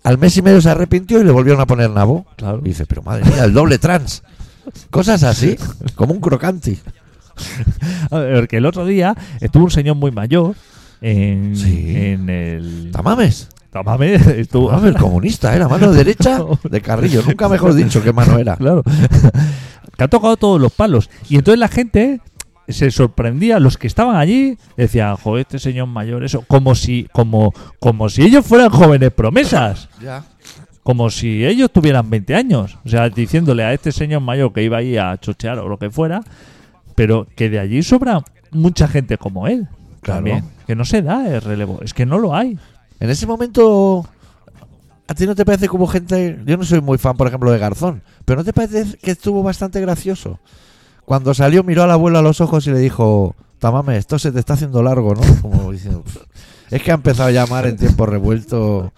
S1: al mes y medio se arrepintió y le volvieron a poner nabo.
S3: claro.
S1: Y dice, pero madre mía, el doble trans. Cosas así, como un crocanti.
S3: A ver, Porque el otro día estuvo un señor muy mayor en,
S1: Sí.
S3: en el.
S1: Tamames.
S3: Tamame, estuvo.
S1: Tamames, comunista, era mano derecha de Carrillo. Nunca mejor dicho que mano era.
S3: Claro. que ha tocado todos los palos. Y entonces la gente se sorprendía, los que estaban allí decían, joder, este señor mayor, eso, como si, como, como si ellos fueran jóvenes promesas,
S1: Ya.
S3: como si ellos tuvieran 20 años. O sea, diciéndole a este señor mayor que iba ahí a chochear o lo que fuera, pero que de allí sobra mucha gente como él.
S1: Claro.
S3: También, que no se da el relevo, es que no lo hay.
S1: En ese momento, ¿a ti no te parece que hubo gente.? Yo no soy muy fan, por ejemplo, de Garzón, pero ¿no te parece que estuvo bastante gracioso? Cuando salió, miró al abuelo a los ojos y le dijo: Tamame, esto se te está haciendo largo, ¿no? Como diciendo. "Pff, Es que ha empezado a llamar en tiempo revuelto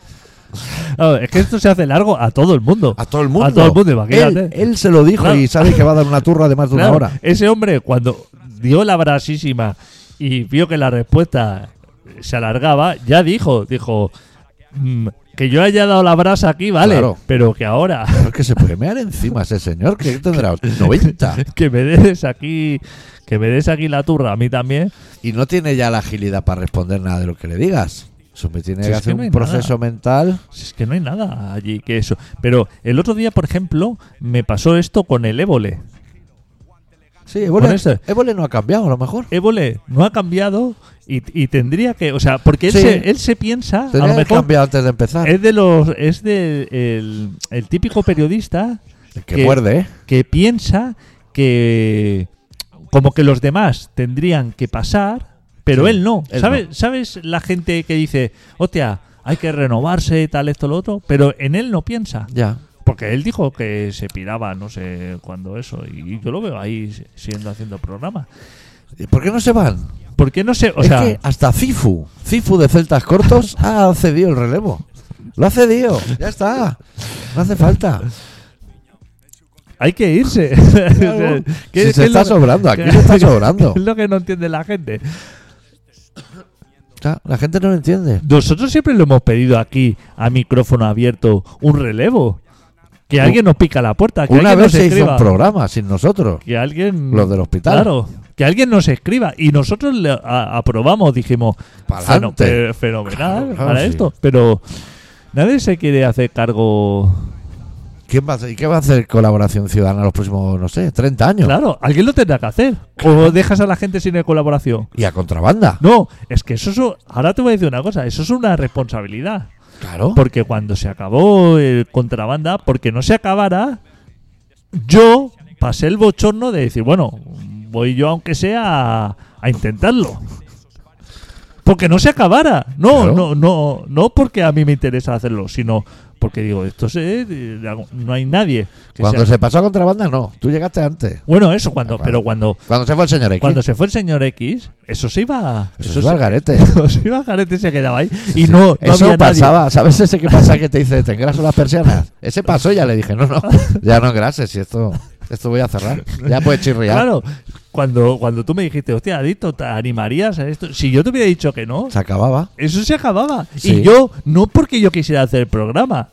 S3: Claro, es que esto se hace largo a todo el mundo.
S1: a todo el mundo.
S3: A todo el mundo, imagínate.
S1: Él, él se lo dijo
S3: Claro.
S1: y sabe que va a dar una turra de más de
S3: Claro,
S1: una hora.
S3: Ese hombre, cuando dio la brasísima y vio que la respuesta se alargaba, ya dijo, dijo, "Mm, que yo haya dado la brasa aquí, vale,
S1: Claro.
S3: pero que ahora,
S1: Pero es que se puede mear encima ese señor, que tendrá 90.
S3: que me des aquí, que me des aquí la turra a mí también.
S1: Y no tiene ya la agilidad para responder nada de lo que le digas. Eso me tiene
S3: Si
S1: que
S3: es que
S1: hacer
S3: no hay
S1: un proceso mental.
S3: Si Pues es que no hay nada allí que eso. Pero el otro día, por ejemplo, me pasó esto con el ébole.
S1: Sí, Évole,
S3: Con este. ese.
S1: Évole no ha cambiado, a lo mejor.
S3: Ébole no ha cambiado y, y tendría que, o sea, porque él,
S1: Sí.
S3: se, él se piensa, a
S1: Tenía
S3: lo
S1: que
S3: mejor
S1: cambiar antes de empezar.
S3: Es de los. Es del el, el típico periodista
S1: que,
S3: que-
S1: muerde, ¿eh?
S3: que piensa que. Como que los demás tendrían que pasar, pero
S1: Sí,
S3: él no.
S1: él
S3: ¿Sabes, ¿Sabes la gente que dice, hostia, hay que renovarse, tal, esto, lo otro? Pero en él no piensa.
S1: Ya.
S3: Porque él dijo que se piraba, no sé cuándo eso. Y yo lo veo ahí siendo haciendo programas.
S1: ¿Y ¿Por qué no se van?
S3: ¿Por qué no sé? O
S1: es
S3: sea,
S1: que hasta Cifu, Cifu de Celtas Cortos, ha cedido el relevo. Lo ha cedido, ya está. No hace falta.
S3: hay que irse.
S1: Claro. Si
S3: ¿Qué- qué
S1: se
S3: es
S1: está
S3: lo que-
S1: sobrando, aquí se está sobrando.
S3: Es lo que no entiende la gente.
S1: O sea, la gente no lo entiende.
S3: Nosotros siempre lo hemos pedido aquí, a micrófono abierto, un relevo. Que alguien nos pica la puerta, que
S1: Uh. Una
S3: alguien
S1: vez
S3: nos
S1: se hizo
S3: escriba.
S1: un programa sin nosotros,
S3: que alguien.
S1: los del hospital.
S3: Claro, que alguien nos escriba. Y nosotros le a- aprobamos, dijimos.
S1: Pa'lante.
S3: "Feno- fe- fenomenal
S1: Claro, claro,
S3: para
S1: sí.
S3: esto. Pero nadie se quiere hacer cargo.
S1: ¿Quién va a hacer, ¿Y qué va a hacer colaboración ciudadana los próximos, no sé, 30 años?
S3: Claro, alguien lo tendrá que hacer. O dejas a la gente sin colaboración.
S1: Y a contrabanda.
S3: No, es que eso es. un- Ahora te voy a decir una cosa, eso es una responsabilidad.
S1: Claro.
S3: Porque cuando se acabó el contrabanda, porque no se acabara, yo pasé el bochorno de decir, bueno, voy yo aunque sea a, a intentarlo. Porque no se acabara. No,
S1: Claro.
S3: no, no, no porque a mí me interesa hacerlo, sino porque digo, esto se, de algún- no hay nadie. que
S1: Cuando
S3: sea-
S1: se pasó a contrabanda, no. Tú llegaste antes.
S3: Bueno, eso, cuando,
S1: Ah, vale.
S3: pero cuando,
S1: Cuando se fue el señor X.
S3: cuando se fue el señor X, eso se iba.
S1: Eso es Margarete.
S3: eso se iba, Garete se quedaba ahí. Y no, no
S1: Eso
S3: había nadie.
S1: pasaba, ¿sabes ese que pasa que te dice, te engraso las persianas? Ese pasó y ya le dije, no, no, ya no engrases, si esto, esto voy a cerrar. Ya puedes chirriar.
S3: Claro, cuando, cuando tú me dijiste, hostia, Adicto, ¿te animarías a esto? Si yo te hubiera dicho que no,
S1: Se acababa.
S3: eso se acababa.
S1: Sí.
S3: Y yo, no porque yo quisiera hacer el programa,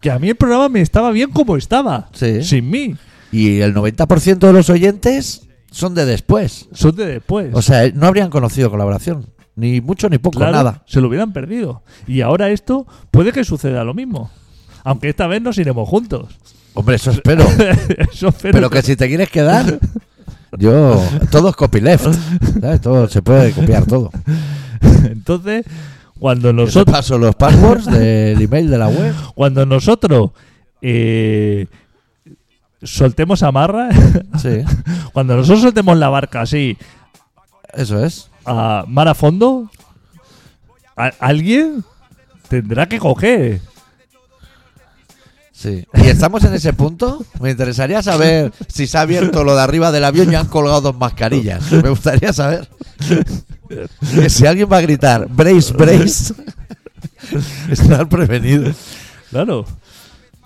S3: que a mí el programa me estaba bien como estaba,
S1: Sí.
S3: sin mí,
S1: Y el 90% de los oyentes son de después.
S3: son de después.
S1: O sea, no habrían conocido colaboración. Ni mucho ni poco,
S3: Claro,
S1: nada.
S3: Se lo hubieran perdido. Y ahora esto puede que suceda lo mismo. Aunque esta vez nos iremos juntos.
S1: Hombre, eso espero.
S3: Eso espero
S1: Pero que si te quieres quedar, Yo, todo es copyleft. ¿sabes? Todo, se puede copiar todo.
S3: Entonces, cuando
S1: Yo te
S3: nosotros,
S1: paso los passwords del email de la web.
S3: cuando nosotros eh, soltemos amarra,
S1: Sí,
S3: cuando nosotros soltemos la barca así
S1: eso es.
S3: a mar a fondo, a- alguien tendrá que coger.
S1: Sí. Y estamos en ese punto. Me interesaría saber si se ha abierto lo de arriba del avión y han colgado dos mascarillas. Me gustaría saber. Que si alguien va a gritar, brace, brace, estar prevenido.
S3: Claro.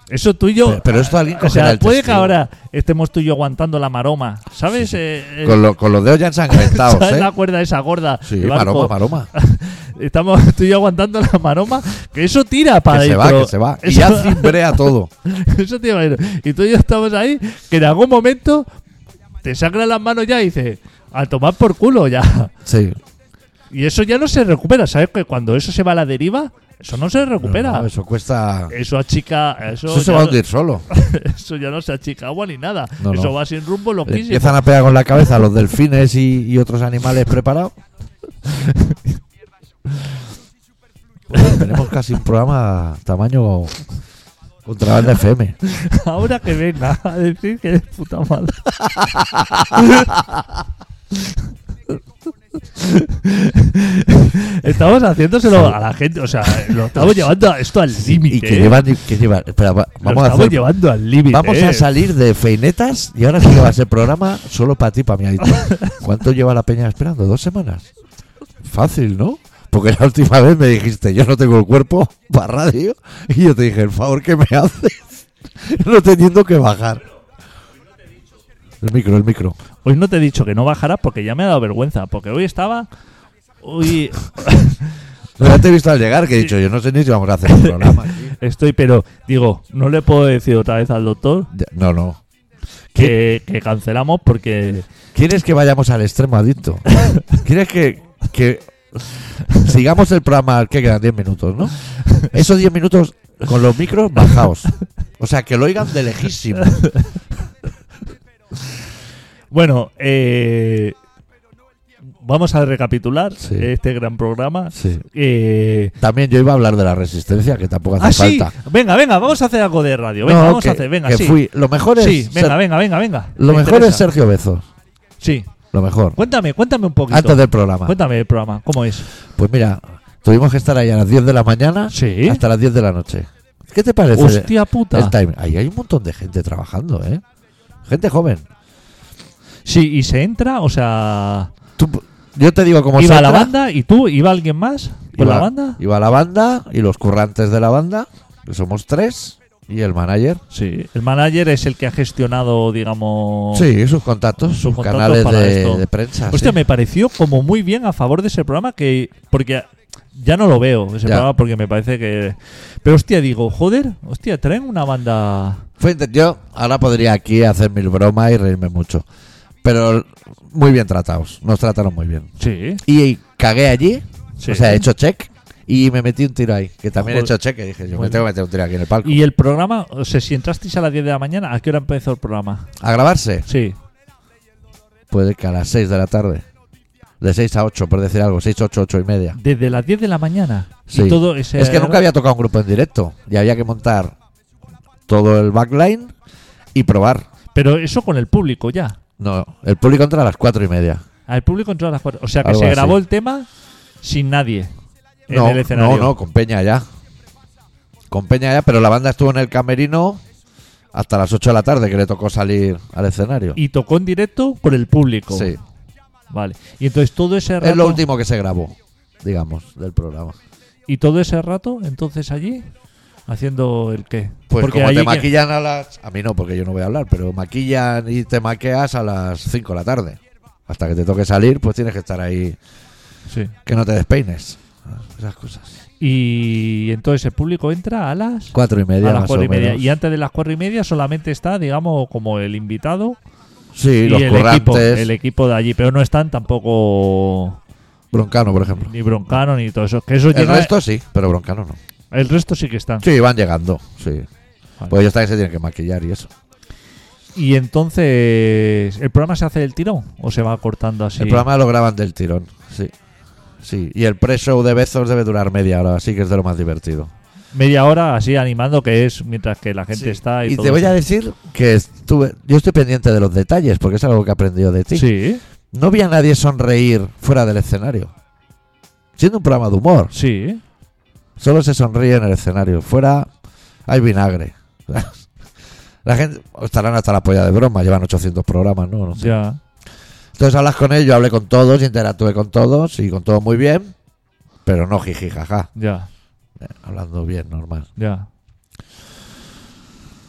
S3: Eso tú y yo.
S1: Pero, pero esto alguien
S3: o
S1: cogerá
S3: sea,
S1: el
S3: puede que
S1: testigo.
S3: ahora estemos tú y yo aguantando la maroma, ¿sabes? Eh, eh,
S1: Con, lo- con los dedos ya ensangrentados,
S3: ¿Sabes
S1: ¿eh?
S3: la cuerda esa gorda?
S1: Sí,
S3: de barco?
S1: maroma, maroma.
S3: Estamos tú y yo aguantando la maroma, que eso tira para
S1: Que se va,
S3: adentro.
S1: que se va. Y
S3: Eso-
S1: ya cimbrea todo.
S3: Eso te iba a decir. Y tú y yo estamos ahí, que en algún momento te sangran las manos ya y dices, a tomar por culo ya.
S1: Sí.
S3: Y eso ya no se recupera, ¿sabes? Que cuando eso se va a la deriva, eso no se recupera.
S1: No, no,
S3: eso.
S1: eso cuesta.
S3: achica. Eso,
S1: Eso se
S3: ya
S1: va a
S3: no-
S1: hundir solo.
S3: eso ya no se achica agua ni nada.
S1: No,
S3: eso
S1: no.
S3: va sin rumbo loquísimo.
S1: Empiezan a pegar con la cabeza los delfines y, y otros animales preparados. Bueno, tenemos casi un programa tamaño contrabanda FM.
S3: Ahora que venga a decir que eres puta madre. estamos haciéndoselo a la gente, o sea, lo estamos llevando a esto al límite.
S1: Pues Y que
S3: ¿eh?
S1: llevan, que llevan- espera, va-
S3: Lo
S1: vamos a
S3: estamos
S1: hacer-
S3: llevando al límite.
S1: vamos a
S3: ¿eh?
S1: salir de feinetas y ahora sí que va a ser programa solo para ti, para mi adicto. ¿Cuánto lleva la peña esperando? ¿Dos semanas? Fácil, ¿no? Porque la última vez me dijiste, yo no tengo el cuerpo para radio. Y yo te dije, el favor que me haces, no teniendo que bajar. El micro, el micro.
S3: Hoy no te he dicho que no bajaras porque ya me ha dado vergüenza, porque hoy estaba... Hoy
S1: No, ya te he visto al llegar que he dicho, yo no sé ni si vamos a hacer un programa. aquí.
S3: estoy, pero digo, no le puedo decir otra vez al doctor
S1: Ya- No, no.
S3: que, que cancelamos porque...
S1: ¿Quieres que vayamos al extremo, adicto? ¿Quieres que, que sigamos el programa que quedan 10 minutos, no? Esos 10 minutos con los micros bajaos. O sea, que lo oigan de lejísimo.
S3: Bueno, eh, vamos a recapitular
S1: Sí.
S3: este gran programa.
S1: Sí.
S3: Eh,
S1: También yo iba a hablar de la resistencia, que tampoco hace
S3: ah, sí.
S1: falta.
S3: Venga, venga, vamos a hacer algo de radio. Venga,
S1: No,
S3: vamos
S1: que-
S3: a hacer, venga,
S1: que
S3: sí.
S1: fui- Lo mejor es,
S3: Sí, venga,
S1: ser-
S3: venga, venga, venga.
S1: lo
S3: Me
S1: mejor es
S3: interesa.
S1: Sergio Bezos.
S3: Sí,
S1: Lo mejor.
S3: cuéntame, cuéntame un poquito.
S1: Antes del programa.
S3: Cuéntame el programa, ¿cómo es?
S1: Pues mira, tuvimos que estar ahí a las 10 de la mañana
S3: Sí.
S1: hasta las 10 de la noche. ¿Qué te parece?
S3: Hostia puta.
S1: El time. Ahí hay un montón de gente trabajando, ¿eh? Gente joven.
S3: Sí, y se entra, o sea,
S1: Tú- yo te digo cómo se
S3: iba la
S1: entra.
S3: banda y tú, iba alguien más con
S1: Iba-
S3: la banda.
S1: Iba la banda y los currantes de la banda, que somos tres, y el manager.
S3: Sí, el manager es el que ha gestionado, digamos.
S1: Sí, y sus contactos, Oh. sus,
S3: Sus contactos
S1: canales
S3: para
S1: de,
S3: esto.
S1: de prensa.
S3: Hostia,
S1: sí.
S3: me pareció como muy bien a favor de ese programa que. Porque ya no lo veo, ese
S1: Ya.
S3: programa, porque me parece que. Pero hostia, digo, joder, hostia, traen una banda.
S1: Fue inte- yo ahora podría aquí hacer mil bromas y reírme mucho. Pero muy bien tratados, nos trataron muy bien.
S3: Sí.
S1: Y, cagué allí,
S3: Sí.
S1: o sea, he hecho check y me metí un tiro ahí, que también he
S3: Joder.
S1: hecho check, que dije, yo me
S3: Joder.
S1: tengo que meter un tiro aquí en el palco.
S3: Y el programa, o sea, si entrasteis a las 10 de la mañana, ¿a qué hora empezó el programa?
S1: ¿A grabarse?
S3: Sí.
S1: Puede que a las 6 de la tarde. De 6 a 8, por decir algo, 6, 8, 8 y media.
S3: Desde las 10 de la mañana.
S1: Sí.
S3: Y todo ese.
S1: Es que nunca había tocado un grupo en directo y había que montar todo el backline y probar.
S3: Pero eso con el público ya.
S1: No, el público entra a las cuatro y media.
S3: Al público entró a las 4. O sea, que
S1: Algo
S3: se
S1: así.
S3: grabó el tema sin nadie en
S1: no,
S3: el escenario.
S1: no, no, con Peña ya. Con Peña ya, pero la banda estuvo en el camerino hasta las 8 de la tarde que le tocó salir al escenario.
S3: Y tocó en directo con el público.
S1: Sí,
S3: Vale. Y entonces todo ese rato.
S1: es lo último que se grabó, digamos, del programa.
S3: Y todo ese rato, entonces allí, haciendo el qué.
S1: Pues como
S3: allí
S1: te
S3: que-
S1: maquillan a las... A mí no, porque yo no voy a hablar, pero maquillan y te maqueas a las 5 de la tarde. Hasta que te toque salir, pues tienes que estar ahí,
S3: Sí.
S1: que no te despeines. Esas cosas.
S3: Y entonces el público entra a las.
S1: Cuatro y media.
S3: a las
S1: más
S3: cuatro y
S1: o menos.
S3: media. Y antes de las cuatro y media solamente está, digamos, como el invitado
S1: Sí,
S3: y,
S1: los
S3: el equipo,
S1: currantes.
S3: el e- equipo de allí. Pero no están tampoco
S1: Broncano, por ejemplo.
S3: ni Broncano ni todo eso. Que eso
S1: El
S3: Pues llega-
S1: resto sí, pero Broncano no.
S3: el resto sí que están.
S1: Sí, Pues van llegando, sí.
S3: Vale.
S1: Pues ellos también se tienen que maquillar y eso.
S3: Y entonces, ¿el programa se hace del tirón o se va cortando así?
S1: El programa lo graban del tirón, sí. Sí, y el pre-show de Bezos debe durar media hora, así que es de lo más divertido.
S3: Media hora así animando que es mientras que la gente está Ah, y,
S1: Y
S3: todo
S1: te voy
S3: eso.
S1: a decir que estuve, yo estoy pendiente de los detalles, porque es algo que he aprendido de ti.
S3: Sí,
S1: No vi a nadie sonreír fuera del escenario. Siendo un programa de humor,
S3: sí.
S1: solo se sonríe en el escenario. Fuera hay vinagre. La gente estarán hasta la polla de broma, llevan 800 programas, ¿no? No sé.
S3: Ya.
S1: Entonces hablas con ellos, yo hablé con todos, interactué con todos y con todo muy bien, pero no jiji jaja,
S3: Ya,
S1: Eh, hablando bien, normal.
S3: ya.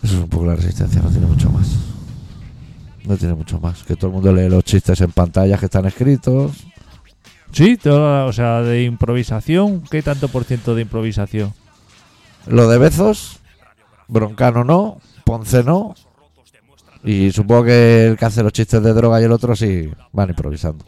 S1: Eso es un poco la resistencia, no tiene mucho más. No tiene mucho más. Que todo el mundo lee los chistes en pantalla que están escritos.
S3: Sí, todo, o sea, de improvisación, ¿qué tanto por ciento de improvisación?
S1: Lo de Bezos, Broncano no, Ponce no. Y supongo que el que hace los chistes de droga y el otro sí van improvisando.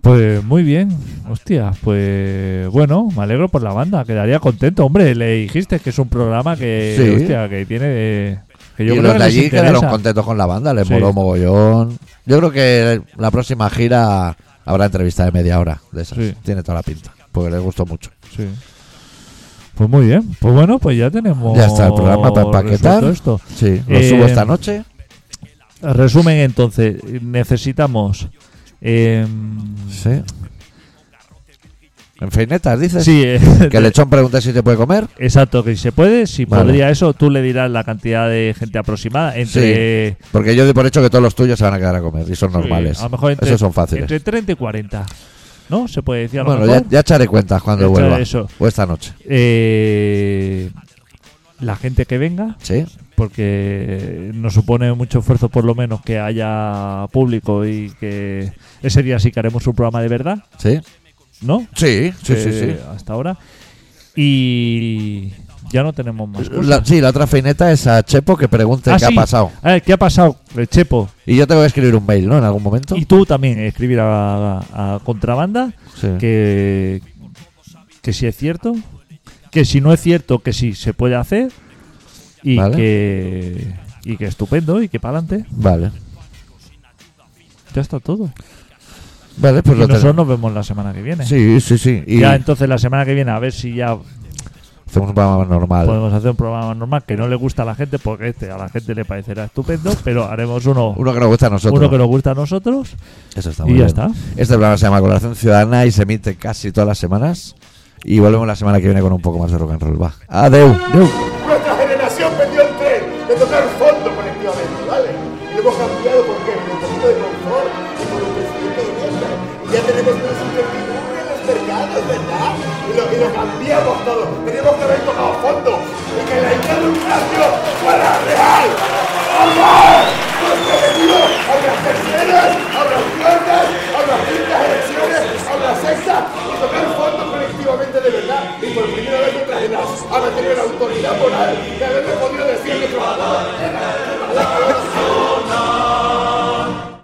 S3: Pues muy bien, hostia, pues bueno, me alegro por la banda, quedaría contento, hombre, le dijiste que es un programa que,
S1: Sí.
S3: hostia, que tiene, que yo
S1: y
S3: creo
S1: los
S3: que
S1: de
S3: les
S1: allí quedaron
S3: interesa.
S1: contentos con la banda, les
S3: Sí.
S1: moló mogollón. Yo creo que la próxima gira habrá entrevista de media hora de esas.
S3: Sí.
S1: Tiene toda la pinta, porque les gustó mucho.
S3: Sí. Pues muy bien, pues bueno, pues ya tenemos
S1: Ya está el programa para empaquetar.
S3: resuelto esto.
S1: Sí, lo
S3: Eh,
S1: subo esta noche.
S3: Resumen entonces, necesitamos em,
S1: Sí. En feinetas, dices.
S3: sí, eh,
S1: Que el lechón pregunte si te puede comer.
S3: Exacto, que si se puede, si
S1: Vale.
S3: podría eso, tú le dirás la cantidad de gente aproximada entre...
S1: Porque yo doy por hecho que todos los tuyos se van a quedar a comer y son normales.
S3: Sí, a lo mejor entre,
S1: Esos son fáciles.
S3: Entre 30 y 40. ¿No? Se puede decir a lo
S1: Bueno, ya,
S3: mejor.
S1: ya echaré cuentas cuando
S3: Echa
S1: vuelva.
S3: eso.
S1: O esta noche.
S3: Eh, la gente que venga,
S1: Sí.
S3: porque nos supone mucho esfuerzo por lo menos que haya público y que ese día sí que haremos un programa de verdad,
S1: Sí.
S3: ¿no?
S1: Sí, sí, sí. sí.
S3: Eh, Hasta ahora. Y ya no tenemos más cosas.
S1: La, sí, la otra feineta es a Chepo que pregunte
S3: Ah,
S1: qué
S3: sí.
S1: ha pasado.
S3: A ver, ¿qué ha pasado, eh, Chepo?
S1: Y yo tengo que escribir un mail, ¿no? En algún momento.
S3: Y tú también escribir a, a- a Contrabanda
S1: Sí.
S3: que, que si es cierto, que si no es cierto, que si se puede hacer y,
S1: Vale.
S3: que, y que estupendo y que para adelante.
S1: Vale.
S3: Ya está todo.
S1: Vale, pues
S3: Y
S1: lo
S3: nosotros
S1: tenemos.
S3: nos vemos la semana que viene.
S1: Sí, sí, sí. Y
S3: Ya entonces la semana que viene a ver si ya
S1: hacemos un programa normal.
S3: podemos hacer un programa normal que no le gusta a la gente porque este a la gente le parecerá estupendo, pero haremos uno,
S1: Uno que nos gusta a nosotros.
S3: uno que nos gusta a nosotros
S1: Eso está
S3: y
S1: muy
S3: ya
S1: bien.
S3: está.
S1: Este programa se llama Colaboración Ciudadana y se emite casi todas las semanas. Y volvemos la semana que viene con un poco más de rock and roll. Va. Adeu.
S4: Nuestra generación perdió el tren de tocar fondo colectivamente, ¿vale? Y lo hemos cambiado por qué? Por un poquito de confort y por un presidente de mierda. Y ya tenemos menos incertidumbre en los mercados, ¿verdad? Y lo, y lo cambiamos todo. Tenemos que haber tocado fondo. Y que la idea de un cambio fuera real. ¡Vamos! Nuestro objetivo, a las terceras, a las cuartas, a las quintas elecciones, a la sexta, y tocar fondo colectivamente de verdad. Y por primera vez nuestra generación ha mantenido la autoridad moral de haberle podido decir a nuestros abuelos,